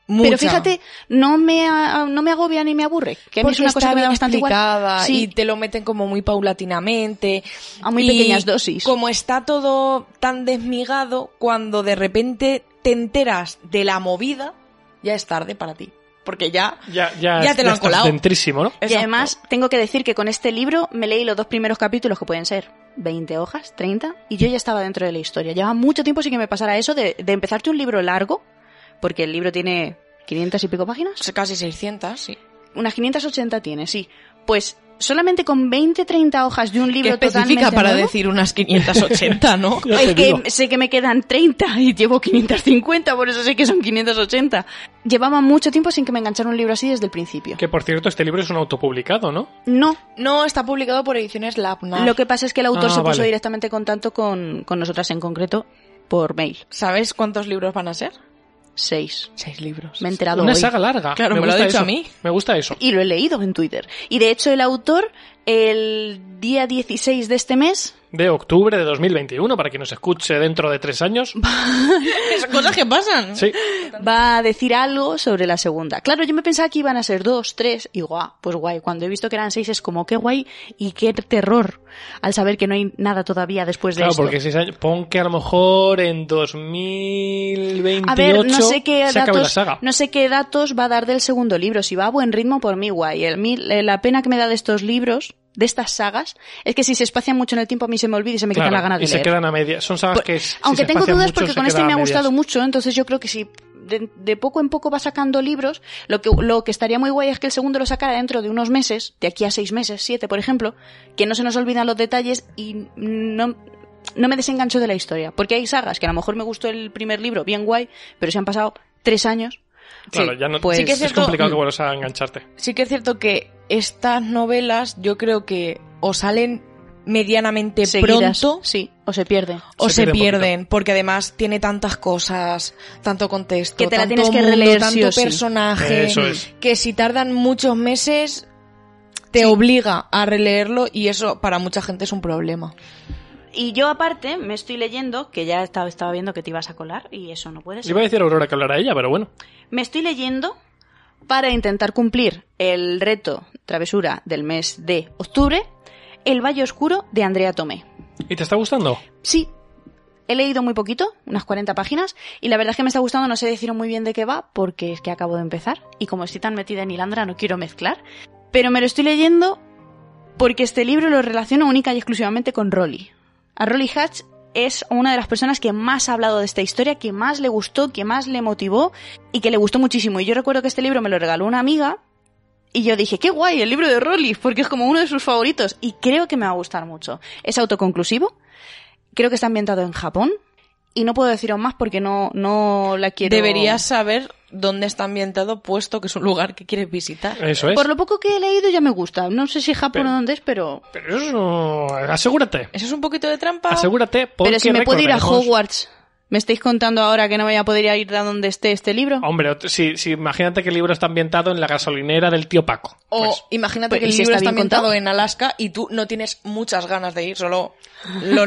[SPEAKER 3] Mucha.
[SPEAKER 1] Pero fíjate, no me, a- no me agobia ni me aburre. Que a mí es
[SPEAKER 3] Porque
[SPEAKER 1] una cosa
[SPEAKER 3] está
[SPEAKER 1] que me da
[SPEAKER 3] bien
[SPEAKER 1] bastante
[SPEAKER 3] explicada
[SPEAKER 1] igual. Sí,
[SPEAKER 3] y te lo meten como muy paulatinamente.
[SPEAKER 1] A muy
[SPEAKER 3] y
[SPEAKER 1] pequeñas dosis.
[SPEAKER 3] Como está todo tan desmigado, cuando de repente te enteras de la movida, ya es tarde para ti. Porque ya,
[SPEAKER 2] Ya, ya,
[SPEAKER 3] Ya te lo han
[SPEAKER 2] estás
[SPEAKER 3] colado.
[SPEAKER 2] dentrísimo, ¿no?
[SPEAKER 1] Y
[SPEAKER 3] Exacto.
[SPEAKER 1] además tengo que decir que con este libro me leí los dos primeros capítulos que pueden ser 20 hojas, 30, y yo ya estaba dentro de la historia. Llevaba mucho tiempo sin que me pasara eso de, de empezarte un libro largo, porque el libro tiene 500 y pico páginas.
[SPEAKER 3] casi 600, sí.
[SPEAKER 1] Unas 580 tiene, sí. Pues solamente con 20, 30 hojas de un
[SPEAKER 3] Que
[SPEAKER 1] libro
[SPEAKER 3] especifica
[SPEAKER 1] totalmente
[SPEAKER 3] para
[SPEAKER 1] nuevo,
[SPEAKER 3] decir unas 580, ¿no?
[SPEAKER 2] Ya
[SPEAKER 1] es
[SPEAKER 2] te digo.
[SPEAKER 1] que sé que me quedan 30 y llevo 550, por eso sé que son 580. Llevaba mucho tiempo sin que me enganchara un libro así desde el principio.
[SPEAKER 2] Que por cierto, este libro es un autopublicado, ¿no?
[SPEAKER 1] No,
[SPEAKER 3] *laughs* No, está publicado por Ediciones Labnar.
[SPEAKER 1] Lo que pasa es que el autor
[SPEAKER 2] Ah,
[SPEAKER 1] se puso
[SPEAKER 2] vale.
[SPEAKER 1] directamente en contacto con, con nosotras en concreto por mail.
[SPEAKER 3] ¿Sabes cuántos libros van a ser?
[SPEAKER 1] Seis.
[SPEAKER 3] Seis libros.
[SPEAKER 1] Me *laughs* he enterado
[SPEAKER 2] Una
[SPEAKER 1] hoy.
[SPEAKER 2] saga larga.
[SPEAKER 3] Claro, me lo ha
[SPEAKER 2] gusta
[SPEAKER 3] dicho
[SPEAKER 2] eso.
[SPEAKER 3] a mí.
[SPEAKER 2] Me gusta eso.
[SPEAKER 1] Y lo he leído en Twitter. Y de hecho el autor, el día 16 de este mes,
[SPEAKER 2] De octubre de 2021, para quien nos escuche dentro de tres años.
[SPEAKER 3] Son cosas que
[SPEAKER 1] *laughs*
[SPEAKER 3] pasan.
[SPEAKER 2] Sí.
[SPEAKER 1] Pues va a decir algo sobre la segunda. Claro, yo me pensaba que iban a ser dos, tres, y guau, pues guay. Cuando he visto que eran seis es como qué guay y qué terror al saber que no hay nada todavía después de
[SPEAKER 2] Claro,
[SPEAKER 1] esto.
[SPEAKER 2] porque seis años. Pon que a lo mejor en 2028
[SPEAKER 1] A ver, no sé qué
[SPEAKER 2] se acabe la
[SPEAKER 1] datos,
[SPEAKER 2] saga.
[SPEAKER 1] no sé qué datos va a dar del segundo libro. Si va a buen ritmo, por mí guay. El, mi- eh, la pena que me da de estos libros, de estas sagas, es que si se espacian mucho en el tiempo a mí se me olvida y se me
[SPEAKER 2] Claro,
[SPEAKER 1] quita la gana de
[SPEAKER 2] y se
[SPEAKER 1] leer.
[SPEAKER 2] quedan a medias. Son sagas
[SPEAKER 1] Por-
[SPEAKER 2] que. si
[SPEAKER 1] Pues, Aunque
[SPEAKER 2] se
[SPEAKER 1] tengo
[SPEAKER 2] espacian
[SPEAKER 1] dudas
[SPEAKER 2] mucho,
[SPEAKER 1] porque
[SPEAKER 2] se
[SPEAKER 1] con este
[SPEAKER 2] quedan
[SPEAKER 1] me
[SPEAKER 2] a
[SPEAKER 1] ha
[SPEAKER 2] medias.
[SPEAKER 1] gustado mucho, entonces yo creo que si de, de poco en poco va sacando libros, lo que, lo que estaría muy guay es que el segundo lo sacara dentro de unos meses, de aquí a seis meses, siete por ejemplo, que no se nos olvidan los detalles y no, no me desengancho de la historia. Porque hay sagas que a lo mejor me gustó el primer libro, bien guay, pero se han pasado tres años.
[SPEAKER 2] Claro,
[SPEAKER 3] Sí,
[SPEAKER 2] ya no.
[SPEAKER 1] pues- Sí que
[SPEAKER 2] es,
[SPEAKER 1] es
[SPEAKER 3] cierto-
[SPEAKER 2] complicado que vuelvas a engancharte.
[SPEAKER 3] sí que es cierto que estas novelas yo creo que o salen medianamente
[SPEAKER 1] seguidas,
[SPEAKER 3] pronto
[SPEAKER 1] sí, o se pierde.
[SPEAKER 3] o
[SPEAKER 2] Se
[SPEAKER 3] se,
[SPEAKER 2] pierden poquito.
[SPEAKER 3] pierden, porque además tiene tantas cosas, tanto contexto,
[SPEAKER 1] Que te la
[SPEAKER 3] tanto
[SPEAKER 1] tienes que
[SPEAKER 3] mundo,
[SPEAKER 1] releer sí
[SPEAKER 3] tanto
[SPEAKER 1] o sí.
[SPEAKER 3] personaje,
[SPEAKER 2] Eso es.
[SPEAKER 3] que si tardan muchos meses te obliga a releerlo y eso para mucha gente es un problema.
[SPEAKER 1] Y yo aparte me estoy leyendo, que ya estaba, estaba viendo que te ibas a colar y eso no puede ser.
[SPEAKER 2] Iba a decir a Aurora que hablara ella, pero bueno.
[SPEAKER 1] Me estoy leyendo para intentar cumplir el reto travesura del mes de octubre, El Valle Oscuro de Andrea Tomé.
[SPEAKER 2] ¿Y te está gustando?
[SPEAKER 1] Sí, he leído muy poquito, unas 40 páginas, y la verdad es que me está gustando, no sé decir muy bien de qué va, porque es que acabo de empezar, y como estoy tan metida en Hilandra no quiero mezclar, pero me lo estoy leyendo porque este libro lo relaciono única y exclusivamente con Rolly. A Rolly Hatch es una de las personas que más ha hablado de esta historia, que más le gustó, que más le motivó y que le gustó muchísimo. Y yo recuerdo que este libro me lo regaló una amiga y yo dije, qué guay, el libro de Rolly, porque es como uno de sus favoritos y creo que me va a gustar mucho. Es autoconclusivo, creo que está ambientado en Japón y no puedo deciros más porque no, no la quiero...
[SPEAKER 3] Deberías saber dónde está ambientado, puesto que es un lugar que quieres visitar.
[SPEAKER 2] Eso es.
[SPEAKER 1] Por lo poco que he leído ya me gusta. No sé si Japón
[SPEAKER 2] Pero-
[SPEAKER 1] o dónde es, pero...
[SPEAKER 2] Pero eso no... Asegúrate.
[SPEAKER 3] Eso es un poquito de trampa.
[SPEAKER 2] Asegúrate porque
[SPEAKER 1] Pero si me puedo ir a
[SPEAKER 2] recordemos-
[SPEAKER 1] Hogwarts. ¿Me estáis contando ahora que no voy a poder ir a donde esté este libro?
[SPEAKER 2] Hombre, ot- si, si imagínate que el libro está ambientado en la gasolinera del tío Paco.
[SPEAKER 3] O
[SPEAKER 2] Pues,
[SPEAKER 3] imagínate
[SPEAKER 1] pues,
[SPEAKER 3] que el
[SPEAKER 1] ¿y si
[SPEAKER 3] libro
[SPEAKER 1] está
[SPEAKER 3] está
[SPEAKER 1] bien
[SPEAKER 3] ambientado
[SPEAKER 1] contado?
[SPEAKER 3] en Alaska y tú no tienes muchas ganas de ir, solo lo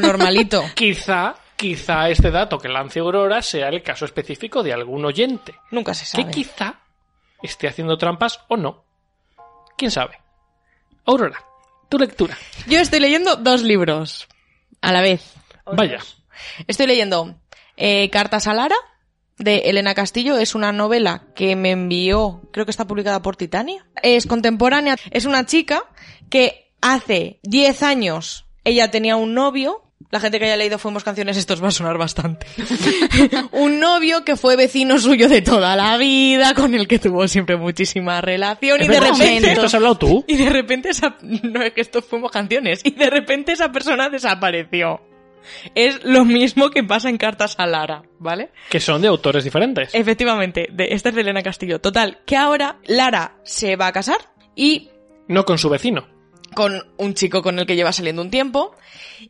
[SPEAKER 1] *laughs*
[SPEAKER 3] normalito.
[SPEAKER 2] quizá, quizá este dato que lance Aurora sea el caso específico de algún oyente.
[SPEAKER 3] Nunca se
[SPEAKER 2] Que
[SPEAKER 3] sabe.
[SPEAKER 2] quizá esté haciendo trampas o no. ¿Quién sabe? Aurora, tu lectura.
[SPEAKER 3] Yo estoy leyendo dos libros a la vez.
[SPEAKER 2] Vaya.
[SPEAKER 3] Estoy leyendo eh, Cartas a Lara de Elena Castillo. Es una novela que me envió, creo que está publicada por Titania. Es contemporánea. Es una chica que hace 10 años ella tenía un novio. La gente que haya leído Fuimos Canciones, esto os va a sonar bastante. *laughs* un novio que fue vecino suyo de toda la vida, con el que tuvo siempre muchísima relación y
[SPEAKER 2] Es
[SPEAKER 3] de
[SPEAKER 2] verdad,
[SPEAKER 3] repente...
[SPEAKER 2] ¿de esto has hablado tú?
[SPEAKER 3] Y de repente esa... No es que esto fuimos canciones. Y de repente esa persona desapareció. Es lo mismo que pasa en Cartas a Lara, ¿vale?
[SPEAKER 2] Que son de autores diferentes.
[SPEAKER 3] Efectivamente, de, esta es de Elena Castillo. Total, que ahora Lara se va a casar y
[SPEAKER 2] No con su vecino.
[SPEAKER 3] con un chico con el que lleva saliendo un tiempo.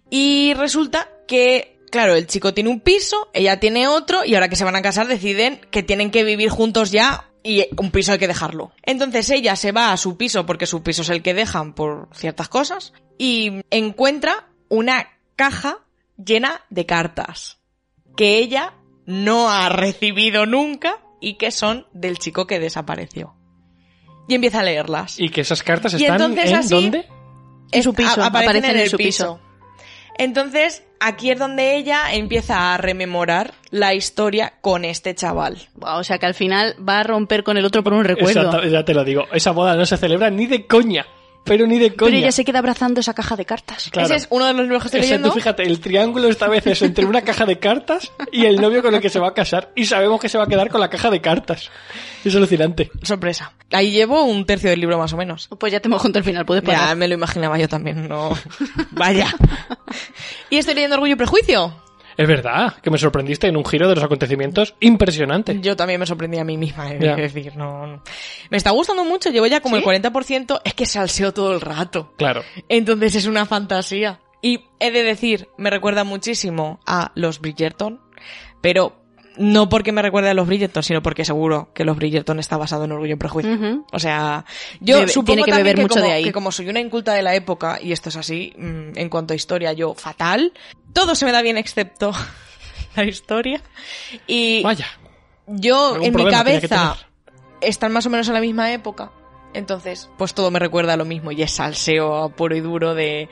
[SPEAKER 3] Y resulta que, claro, el chico tiene un piso, ella tiene otro, y ahora que se van a casar deciden que tienen que vivir juntos ya y un piso hay que dejarlo. Entonces ella se va a su piso porque su piso es el que dejan por ciertas cosas y encuentra una caja llena de cartas que ella no ha recibido nunca y que son del chico que desapareció. Y empieza a leerlas.
[SPEAKER 2] Y que esas cartas
[SPEAKER 3] Y
[SPEAKER 2] están
[SPEAKER 3] entonces
[SPEAKER 2] en
[SPEAKER 3] así-
[SPEAKER 2] dónde?
[SPEAKER 1] En su piso,
[SPEAKER 3] a- aparecen,
[SPEAKER 1] aparecen
[SPEAKER 3] en,
[SPEAKER 1] en
[SPEAKER 3] el
[SPEAKER 1] su
[SPEAKER 3] piso. Entonces, aquí es donde ella empieza a rememorar la historia con este chaval.
[SPEAKER 1] Buah, o sea que al final va a romper con el otro por un recuerdo.
[SPEAKER 2] Exacta- ya te lo digo. Esa boda no se celebra ni de coña. Pero ni de coña.
[SPEAKER 1] Pero ella se queda abrazando esa caja de cartas.
[SPEAKER 2] Claro.
[SPEAKER 3] Ese es uno de los libros que estoy
[SPEAKER 2] O sea, tú
[SPEAKER 3] leyendo.
[SPEAKER 2] fíjate, el triángulo esta vez es entre una caja de cartas y el novio con el que se va a casar. Y sabemos que se va a quedar con la caja de cartas. Es alucinante.
[SPEAKER 3] Sorpresa. Ahí llevo un tercio del libro más o menos.
[SPEAKER 1] Pues ya te hemos contado el final, puedes parar.
[SPEAKER 3] Ya me lo imaginaba yo también, *laughs* no. Vaya. y estoy leyendo Orgullo y Prejuicio.
[SPEAKER 2] Es verdad, que me sorprendiste en un giro de los acontecimientos impresionante.
[SPEAKER 3] Yo también me sorprendí a mí misma, eh,
[SPEAKER 2] Ya.
[SPEAKER 3] es decir, no, no. Me está gustando mucho, llevo ya como
[SPEAKER 1] ¿Sí?
[SPEAKER 3] el 40%, es que salseo todo el rato.
[SPEAKER 2] Claro.
[SPEAKER 3] Entonces es una fantasía. Y he de decir, me recuerda muchísimo a los Bridgerton, pero no porque me recuerde a los Bridgerton, sino porque seguro que los Bridgerton está basado en Orgullo y Prejuicio.
[SPEAKER 1] Ujú.
[SPEAKER 3] O sea, yo
[SPEAKER 1] Bebe-
[SPEAKER 3] supongo
[SPEAKER 1] tiene que
[SPEAKER 3] también
[SPEAKER 1] beber mucho
[SPEAKER 3] como,
[SPEAKER 1] de ahí.
[SPEAKER 3] que como soy una inculta de la época, y esto es así, mm, en cuanto a historia, yo fatal, todo se me da bien excepto *laughs* la historia. Y
[SPEAKER 2] Vaya.
[SPEAKER 3] yo,
[SPEAKER 2] Algún
[SPEAKER 3] en mi
[SPEAKER 2] problema tenía que
[SPEAKER 3] cabeza, están más o menos en la misma época. Entonces, pues todo me recuerda a lo mismo. Y es salseo puro y duro de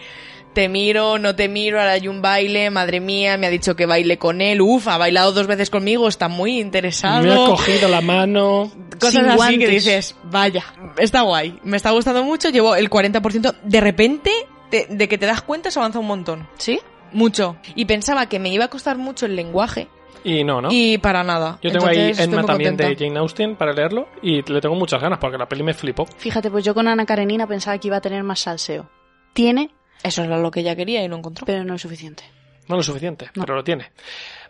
[SPEAKER 3] te miro, no te miro, ahora hay un baile, madre mía, me ha dicho que baile con él, uf, ha bailado dos veces conmigo, está muy interesado.
[SPEAKER 2] Me ha cogido la mano.
[SPEAKER 3] Cosas
[SPEAKER 1] sin
[SPEAKER 3] así
[SPEAKER 1] guantes.
[SPEAKER 3] que dices, vaya, está guay, me está gustando mucho, llevo el 40%. De repente, te- de que te das cuenta, se avanza un montón.
[SPEAKER 1] ¿Sí?
[SPEAKER 3] Mucho. Y pensaba que me iba a costar mucho el lenguaje,
[SPEAKER 2] Y no, ¿no?
[SPEAKER 3] y para nada.
[SPEAKER 2] Yo tengo
[SPEAKER 3] Entonces,
[SPEAKER 2] ahí
[SPEAKER 3] estoy
[SPEAKER 2] Enma
[SPEAKER 3] muy
[SPEAKER 2] también de
[SPEAKER 3] contenta.
[SPEAKER 2] Jane Austen para leerlo y le tengo muchas ganas porque la peli me flipó.
[SPEAKER 1] Fíjate, pues yo con Ana Karenina pensaba que iba a tener más salseo. Tiene,
[SPEAKER 3] Eso era lo que ella quería y no encontró.
[SPEAKER 1] pero no es suficiente.
[SPEAKER 2] No lo suficiente, pero lo tiene.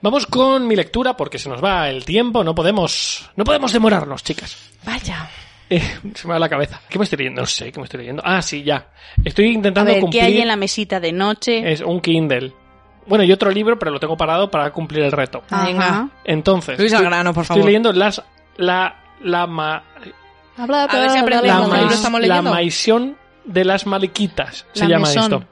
[SPEAKER 2] Vamos con mi lectura porque se nos va el tiempo, no podemos no podemos demorarnos, chicas.
[SPEAKER 3] Vaya.
[SPEAKER 2] Eh, se me va la cabeza. ¿Qué me estoy leyendo? No sé, ¿qué me estoy leyendo? Ah, sí, ya. Estoy
[SPEAKER 1] A
[SPEAKER 2] intentando
[SPEAKER 1] ver, ¿qué
[SPEAKER 2] cumplir
[SPEAKER 1] hay en la mesita de noche?
[SPEAKER 3] Eh,
[SPEAKER 2] es un Kindle. Bueno, y otro libro, pero lo tengo parado para cumplir el reto.
[SPEAKER 1] Ajá.
[SPEAKER 3] Venga.
[SPEAKER 2] Entonces,
[SPEAKER 3] Luis al
[SPEAKER 2] estoy,
[SPEAKER 3] grano, por
[SPEAKER 2] estoy
[SPEAKER 3] favor.
[SPEAKER 2] leyendo las la la ma-
[SPEAKER 1] Habla,
[SPEAKER 3] A ver si
[SPEAKER 1] habla,
[SPEAKER 3] aprendemos
[SPEAKER 1] habla,
[SPEAKER 2] la,
[SPEAKER 3] algo.
[SPEAKER 1] habla.
[SPEAKER 3] ¿Lo
[SPEAKER 2] mais-
[SPEAKER 3] estamos
[SPEAKER 2] la
[SPEAKER 3] leyendo?
[SPEAKER 2] maisión de las maliquitas, se
[SPEAKER 1] La
[SPEAKER 2] llama
[SPEAKER 1] mesón.
[SPEAKER 2] esto.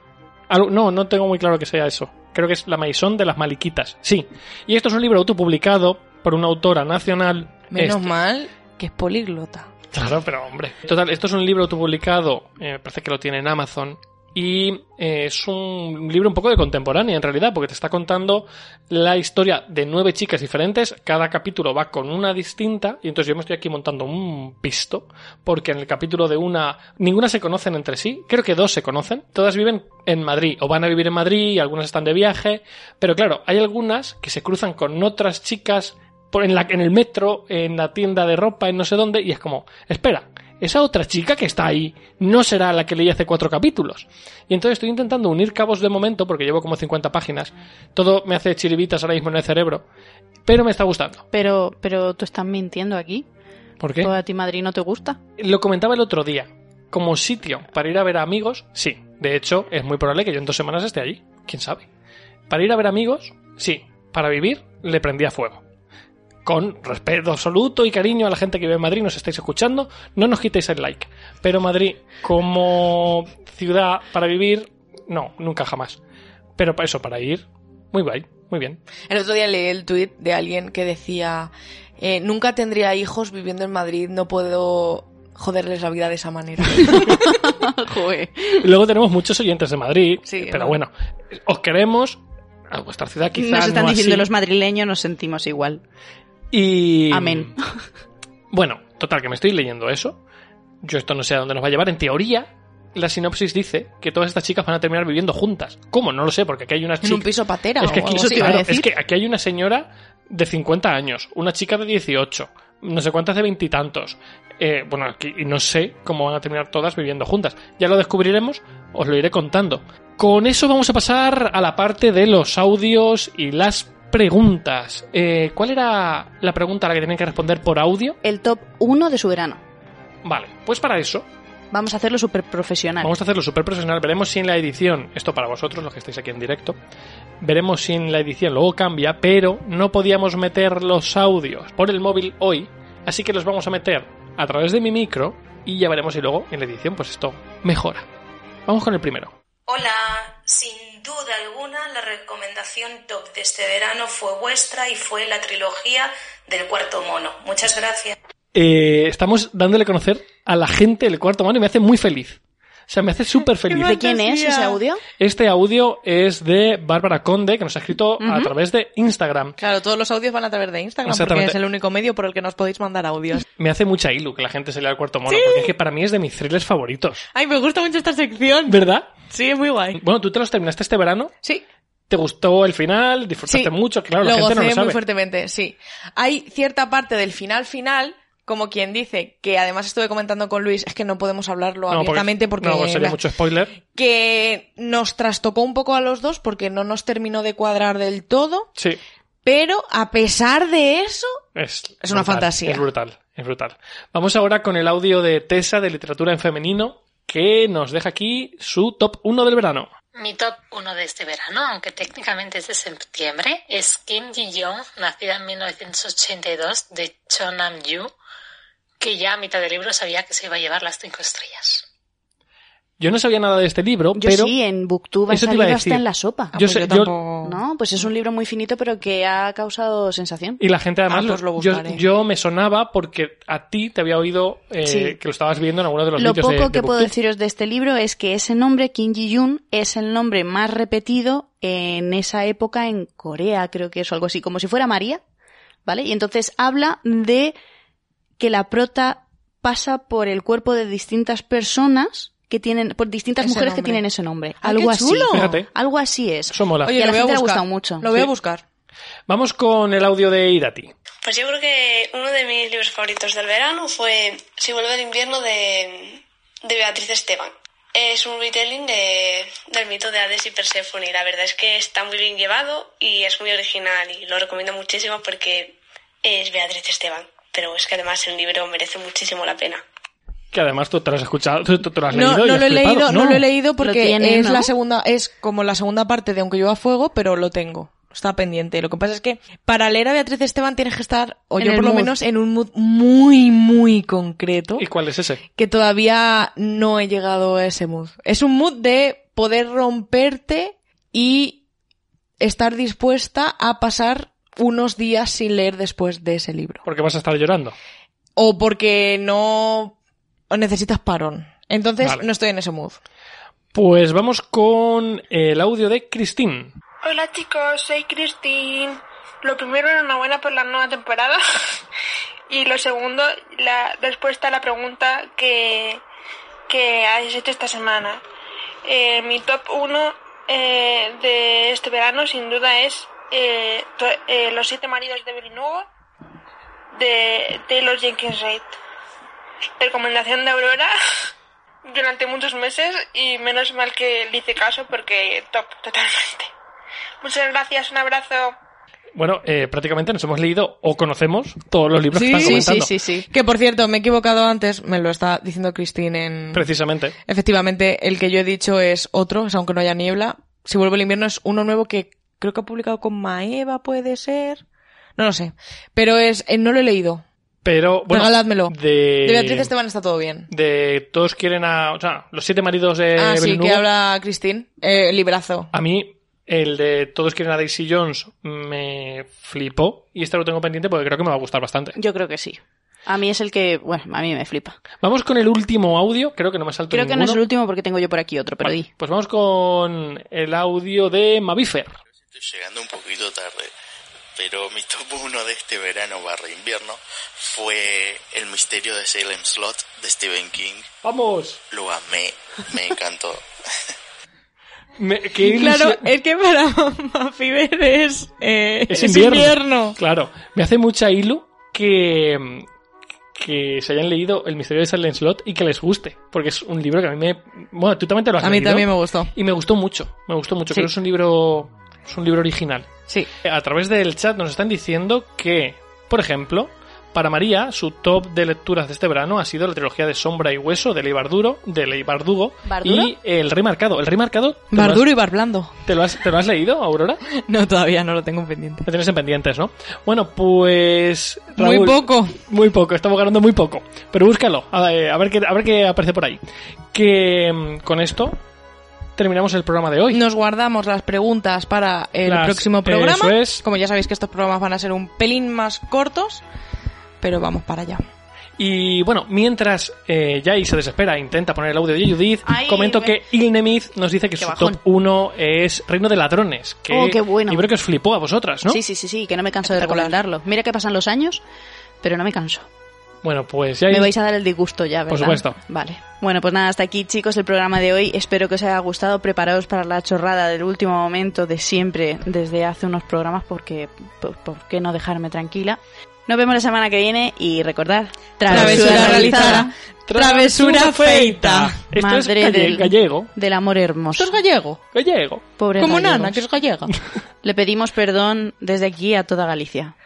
[SPEAKER 2] Algo- No, no tengo muy claro que sea eso. Creo que es la maisón de las maliquitas. Sí. Y esto es un libro autopublicado por una autora nacional.
[SPEAKER 3] Menos
[SPEAKER 2] Este-
[SPEAKER 3] mal que es poliglota.
[SPEAKER 2] Claro, pero hombre. Total, esto es un libro autopublicado, eh, parece que lo tiene en Amazon. Y eh, es un libro un poco de contemporánea en realidad, porque te está contando la historia de nueve chicas diferentes. Cada capítulo va con una distinta. Y entonces yo me estoy aquí montando un pisto, porque en el capítulo de una, ninguna se conocen entre sí. Creo que dos se conocen. Todas viven en Madrid, o van a vivir en Madrid, y algunas están de viaje. Pero claro, hay algunas que se cruzan con otras chicas por- en, la, en el metro, en la tienda de ropa, en no sé dónde, y es como, espera, esa otra chica que está ahí no será la que leí hace cuatro capítulos. Y entonces estoy intentando unir cabos de momento, porque llevo como 50 páginas, todo me hace chiribitas ahora mismo en el cerebro, pero me está gustando.
[SPEAKER 1] Pero, pero tú estás mintiendo aquí.
[SPEAKER 2] ¿Por qué?
[SPEAKER 1] ¿Todo a ti Madrid no te
[SPEAKER 3] *laughs*
[SPEAKER 1] gusta?
[SPEAKER 2] Lo comentaba el otro día, como sitio para ir a ver a amigos, sí. De hecho, es muy probable que yo en dos semanas esté allí, quién sabe. Para ir a ver amigos, sí. Para vivir, le prendía fuego. Con respeto absoluto y cariño a la gente que vive en Madrid, nos estáis escuchando, no nos quitéis el like. Pero Madrid, como ciudad para vivir, no, nunca jamás. Pero para eso, para ir, muy bien, muy bien.
[SPEAKER 3] El otro día leí el tuit de alguien que decía eh, nunca tendría hijos viviendo en Madrid, no puedo joderles la vida de esa manera.
[SPEAKER 1] Joder.
[SPEAKER 2] Luego tenemos muchos oyentes de Madrid,
[SPEAKER 3] Sí,
[SPEAKER 2] pero
[SPEAKER 3] ¿no?
[SPEAKER 2] bueno, os queremos. A vuestra ciudad quizás.
[SPEAKER 1] Nos están
[SPEAKER 2] no
[SPEAKER 1] diciendo
[SPEAKER 2] así.
[SPEAKER 1] los madrileños, nos sentimos igual.
[SPEAKER 2] Y.
[SPEAKER 1] Amén.
[SPEAKER 2] *laughs* Bueno, total, que me estoy leyendo eso. Yo esto no sé a dónde nos va a llevar. En teoría, la sinopsis dice que todas estas chicas van a terminar viviendo juntas. ¿Cómo? No lo sé, porque aquí hay unas
[SPEAKER 3] en un
[SPEAKER 2] chicas.
[SPEAKER 3] piso patera
[SPEAKER 2] Es que,
[SPEAKER 3] o
[SPEAKER 2] aquí,
[SPEAKER 3] algo así.
[SPEAKER 1] iba a
[SPEAKER 2] claro,
[SPEAKER 1] decir.
[SPEAKER 2] es que aquí hay una señora de 50 años, una chica de 18, no sé cuántas de veintitantos. Eh, bueno, aquí y no sé cómo van a terminar todas viviendo juntas. Ya lo descubriremos, os lo iré contando. Con eso vamos a pasar a la parte de los audios y las preguntas. Eh, ¿Cuál era la pregunta a la que tenían que responder por audio?
[SPEAKER 1] El top 1 de su verano.
[SPEAKER 2] Vale, pues para eso
[SPEAKER 1] Vamos a hacerlo súper profesional.
[SPEAKER 2] Vamos a hacerlo súper profesional. Veremos si en la edición, esto para vosotros, los que estáis aquí en directo, veremos si en la edición luego cambia, pero no podíamos meter los audios por el móvil hoy, así que los vamos a meter a través de mi micro y ya veremos si luego en la edición pues esto mejora. Vamos con el primero.
[SPEAKER 7] Hola, sin Sin duda alguna, la recomendación top de este verano fue vuestra y fue la trilogía del cuarto mono. Muchas gracias.
[SPEAKER 2] Eh, estamos dándole a conocer a la gente el cuarto mono y me hace muy feliz. O sea, me hace súper feliz.
[SPEAKER 1] ¿De quién es ese audio?
[SPEAKER 2] Este audio es de Bárbara Conde, que nos ha escrito a
[SPEAKER 1] Ujú.
[SPEAKER 2] través de Instagram.
[SPEAKER 3] *laughs* Claro, todos los audios van a través de Instagram porque
[SPEAKER 2] Exactamente.
[SPEAKER 3] es el único medio por el que nos podéis mandar audios.
[SPEAKER 2] Me hace mucha ilu que la gente se lea el cuarto mono, porque es que para mí es de mis thrillers favoritos.
[SPEAKER 3] Ay, me gusta mucho esta sección.
[SPEAKER 2] ¿Verdad?
[SPEAKER 3] Sí, es muy guay.
[SPEAKER 2] Bueno, tú te los terminaste este verano,
[SPEAKER 3] Sí,
[SPEAKER 2] te gustó el final, disfrutaste
[SPEAKER 3] Sí.
[SPEAKER 2] mucho, claro, la
[SPEAKER 3] lo
[SPEAKER 2] gente no lo
[SPEAKER 3] gocé
[SPEAKER 2] sabe.
[SPEAKER 3] muy fuertemente, sí. Hay cierta parte del final final, como quien dice, que además estuve comentando con Luis, es que no podemos hablarlo
[SPEAKER 2] No,
[SPEAKER 3] abiertamente porque...
[SPEAKER 2] no, sería
[SPEAKER 3] la-
[SPEAKER 2] mucho spoiler.
[SPEAKER 3] Que nos trastocó un poco a los dos porque no nos terminó de cuadrar del todo,
[SPEAKER 2] Sí,
[SPEAKER 3] pero a pesar de eso...
[SPEAKER 2] es,
[SPEAKER 3] Es una
[SPEAKER 2] brutal,
[SPEAKER 3] fantasía.
[SPEAKER 2] Es brutal, es brutal. Vamos ahora con el audio de Tessa de literatura en femenino que nos deja aquí su top 1 del verano.
[SPEAKER 8] Mi top 1 de este verano, aunque técnicamente es de septiembre, es Kim Ji-young, nacida en 1982 de Chonam-yu, que ya a mitad del libro sabía que se iba a llevar las cinco estrellas.
[SPEAKER 2] Yo no sabía nada de este libro,
[SPEAKER 1] Yo
[SPEAKER 2] pero
[SPEAKER 3] ¿eh?
[SPEAKER 1] sí, en Booktuba ha
[SPEAKER 2] Eso te iba a
[SPEAKER 1] salido
[SPEAKER 2] decir.
[SPEAKER 1] hasta en la sopa.
[SPEAKER 3] Ah,
[SPEAKER 2] Yo
[SPEAKER 3] pues
[SPEAKER 2] sé- yo-
[SPEAKER 3] tampoco-
[SPEAKER 1] No, pues es un libro muy finito, pero que ha causado sensación.
[SPEAKER 2] y la gente además
[SPEAKER 3] Ah, pues lo
[SPEAKER 2] yo,
[SPEAKER 3] buscaré.
[SPEAKER 2] yo me sonaba porque a ti te había oído eh,
[SPEAKER 1] Sí.
[SPEAKER 2] que lo estabas viendo en alguno de los
[SPEAKER 1] Lo
[SPEAKER 2] vídeos
[SPEAKER 1] poco
[SPEAKER 2] de, de
[SPEAKER 1] que puedo
[SPEAKER 2] Booktube.
[SPEAKER 1] deciros de este libro es que ese nombre, Kim Ji-yoon, es el nombre más repetido en esa época en Corea, creo que es o algo así, como si fuera María, ¿vale? Y entonces habla de que la prota pasa por el cuerpo de distintas personas que tienen, por distintas
[SPEAKER 3] Ese
[SPEAKER 1] mujeres que
[SPEAKER 3] nombre.
[SPEAKER 1] tienen ese nombre.
[SPEAKER 3] ¡Ay,
[SPEAKER 1] algo
[SPEAKER 3] qué chulo!
[SPEAKER 1] así.
[SPEAKER 2] Fíjate.
[SPEAKER 1] Algo así es.
[SPEAKER 2] Eso mola.
[SPEAKER 1] Y a la gente le ha gustado mucho.
[SPEAKER 3] Lo voy a
[SPEAKER 2] Sí.
[SPEAKER 3] buscar.
[SPEAKER 2] Vamos con el audio de Irati.
[SPEAKER 9] Pues yo creo que uno de mis libros favoritos del verano fue Si vuelve el invierno de, de Beatriz Esteban. Es un retelling de, del mito de Hades y Perséfone y la verdad es que está muy bien llevado y es muy original y lo recomiendo muchísimo porque es Beatriz Esteban. Pero es que además el libro merece muchísimo la pena.
[SPEAKER 2] Que además tú te lo has escuchado, *laughs* tú, tú lo has
[SPEAKER 3] No,
[SPEAKER 2] leído. y
[SPEAKER 3] no
[SPEAKER 2] has
[SPEAKER 3] lo he
[SPEAKER 2] flipado.
[SPEAKER 3] leído, no. lo he leído porque
[SPEAKER 1] Lo tiene,
[SPEAKER 3] es
[SPEAKER 1] ¿no?
[SPEAKER 3] la segunda, es como la segunda parte de Aunque yo a fuego, pero lo tengo. Está pendiente. Lo que pasa es que para leer a Beatriz Esteban tienes que estar, o
[SPEAKER 1] En
[SPEAKER 3] yo
[SPEAKER 1] el
[SPEAKER 3] por lo
[SPEAKER 1] mood.
[SPEAKER 3] menos, en un mood muy, muy concreto.
[SPEAKER 2] ¿Y cuál es ese?
[SPEAKER 3] Que todavía no he llegado a ese mood. Es un mood de poder romperte y estar dispuesta a pasar unos días sin leer después de ese libro
[SPEAKER 2] Porque vas a estar llorando.
[SPEAKER 3] o porque no necesitas parón. Entonces
[SPEAKER 2] Vale.
[SPEAKER 3] no estoy en ese mood.
[SPEAKER 2] Pues vamos con el audio de Christine.
[SPEAKER 9] Hola chicos, soy Christine. Lo primero, enhorabuena por pues, la nueva temporada. y lo segundo, la respuesta a la pregunta que, que habéis hecho esta semana. Eh, mi top 1 de este verano, sin duda, es eh, to- eh, Los siete maridos de Villeneuve de Taylor Jenkins Reid. Recomendación de Aurora *laughs* durante muchos meses y menos mal que le hice caso porque top totalmente. Muchas gracias, un abrazo.
[SPEAKER 2] Bueno, eh, prácticamente nos hemos leído o conocemos todos los libros que están
[SPEAKER 3] sí,
[SPEAKER 2] comentando.
[SPEAKER 3] sí, sí. Que por cierto, me he equivocado antes, me lo está diciendo Christine en...
[SPEAKER 2] Precisamente.
[SPEAKER 3] Efectivamente, el que yo he dicho es otro, es aunque no haya niebla. Si vuelve el invierno es uno nuevo que creo que ha publicado con Maeva, puede ser. No lo sé. Pero es, eh, no lo he leído.
[SPEAKER 2] Pero bueno,
[SPEAKER 3] Regaladmelo.
[SPEAKER 2] De,
[SPEAKER 3] De Beatriz Esteban está todo bien.
[SPEAKER 2] de todos quieren a, o sea, los siete maridos de
[SPEAKER 3] ah, sí,
[SPEAKER 2] Villeneuve.
[SPEAKER 3] que habla Christine. Eh, librazo.
[SPEAKER 2] A mí el de todos quieren a Daisy Jones me flipó y este lo tengo pendiente porque creo que me va a gustar bastante.
[SPEAKER 1] Yo creo que sí. A mí es el que, bueno, a mí me flipa.
[SPEAKER 2] Vamos con el último audio, creo que no me salto
[SPEAKER 1] Creo que no
[SPEAKER 2] ninguno.
[SPEAKER 1] es el último porque tengo yo por aquí otro, pero di.
[SPEAKER 2] Vale, Pues vamos con el audio de Mavifer.
[SPEAKER 10] Estoy llegando un poquito tarde, pero mi top 1 de este verano barra invierno fue El misterio de Salem Slot de Stephen King.
[SPEAKER 2] ¡Vamos!
[SPEAKER 10] Lo amé, me encantó.
[SPEAKER 2] Me- qué
[SPEAKER 3] *laughs* Claro,
[SPEAKER 2] ilusión-
[SPEAKER 3] es que para *laughs* Mafiber es, eh,
[SPEAKER 2] Es invierno.
[SPEAKER 3] invierno.
[SPEAKER 2] Claro, me hace mucha ilu que, que se hayan leído El misterio de Silent Slot y que les guste, porque es un libro que a mí me... Bueno, tú también te lo has
[SPEAKER 3] A mí
[SPEAKER 2] leído.
[SPEAKER 3] también me gustó.
[SPEAKER 2] Y me gustó mucho, me gustó mucho.
[SPEAKER 3] Sí.
[SPEAKER 2] Creo que es un libro, es un libro original.
[SPEAKER 3] Sí.
[SPEAKER 2] A través del chat nos están diciendo que, por ejemplo, para María, su top de lecturas de este verano ha sido la trilogía de Sombra y Hueso de Ley Barduro, de Ley Bardugo
[SPEAKER 1] ¿Barduro?
[SPEAKER 2] y El Rey Marcado. El Rey Marcado, ¿te lo has-
[SPEAKER 3] Barduro y Barblando.
[SPEAKER 2] ¿te lo has- te lo has leído, Aurora?
[SPEAKER 3] *laughs* No, todavía no lo tengo pendiente.
[SPEAKER 2] Lo tienes en pendientes, ¿no? Bueno, pues.
[SPEAKER 3] Muy
[SPEAKER 2] Raúl,
[SPEAKER 3] poco.
[SPEAKER 2] Muy poco, estamos ganando muy poco. Pero búscalo, a, eh, a ver, qué, a ver qué aparece por ahí. Que mm, con esto terminamos el programa de hoy.
[SPEAKER 3] Nos guardamos las preguntas para el
[SPEAKER 2] Las-
[SPEAKER 3] próximo programa.
[SPEAKER 2] eso es.
[SPEAKER 3] Como ya sabéis que estos programas van a ser un pelín más cortos, pero vamos para allá.
[SPEAKER 2] Y bueno, mientras eh, Jay se desespera e intenta poner el audio de Judith,
[SPEAKER 3] Ay,
[SPEAKER 2] comento
[SPEAKER 3] me-
[SPEAKER 2] que Ilnemiz nos dice que su
[SPEAKER 1] bajón.
[SPEAKER 2] top 1 es Reino de Ladrones. Que
[SPEAKER 1] Oh, qué bueno.
[SPEAKER 2] Yo creo que os flipó a vosotras, ¿no?
[SPEAKER 1] Sí, sí, sí, sí, que no me canso de recomendarlo. Mira que pasan los años, pero no me canso.
[SPEAKER 2] Bueno, pues Jay.
[SPEAKER 1] Me vais a dar el disgusto ya, ¿verdad?
[SPEAKER 2] Por supuesto.
[SPEAKER 1] Vale. Bueno, pues nada, hasta aquí, chicos, el programa de hoy. Espero que os haya gustado. Preparaos para la chorrada del último momento de siempre desde hace unos programas, porque por, por qué no dejarme tranquila. Nos vemos la semana que viene y recordad,
[SPEAKER 3] Travesura feita.
[SPEAKER 2] Esto es
[SPEAKER 1] Madre
[SPEAKER 2] galle-
[SPEAKER 1] del-
[SPEAKER 2] gallego.
[SPEAKER 1] del amor hermoso.
[SPEAKER 3] ¿Esto
[SPEAKER 2] Pues,
[SPEAKER 3] es gallego?
[SPEAKER 2] Gallego.
[SPEAKER 1] Pobre
[SPEAKER 3] Como
[SPEAKER 1] gallegos.
[SPEAKER 3] Nana, que es gallega.
[SPEAKER 1] Le pedimos perdón desde aquí a toda Galicia.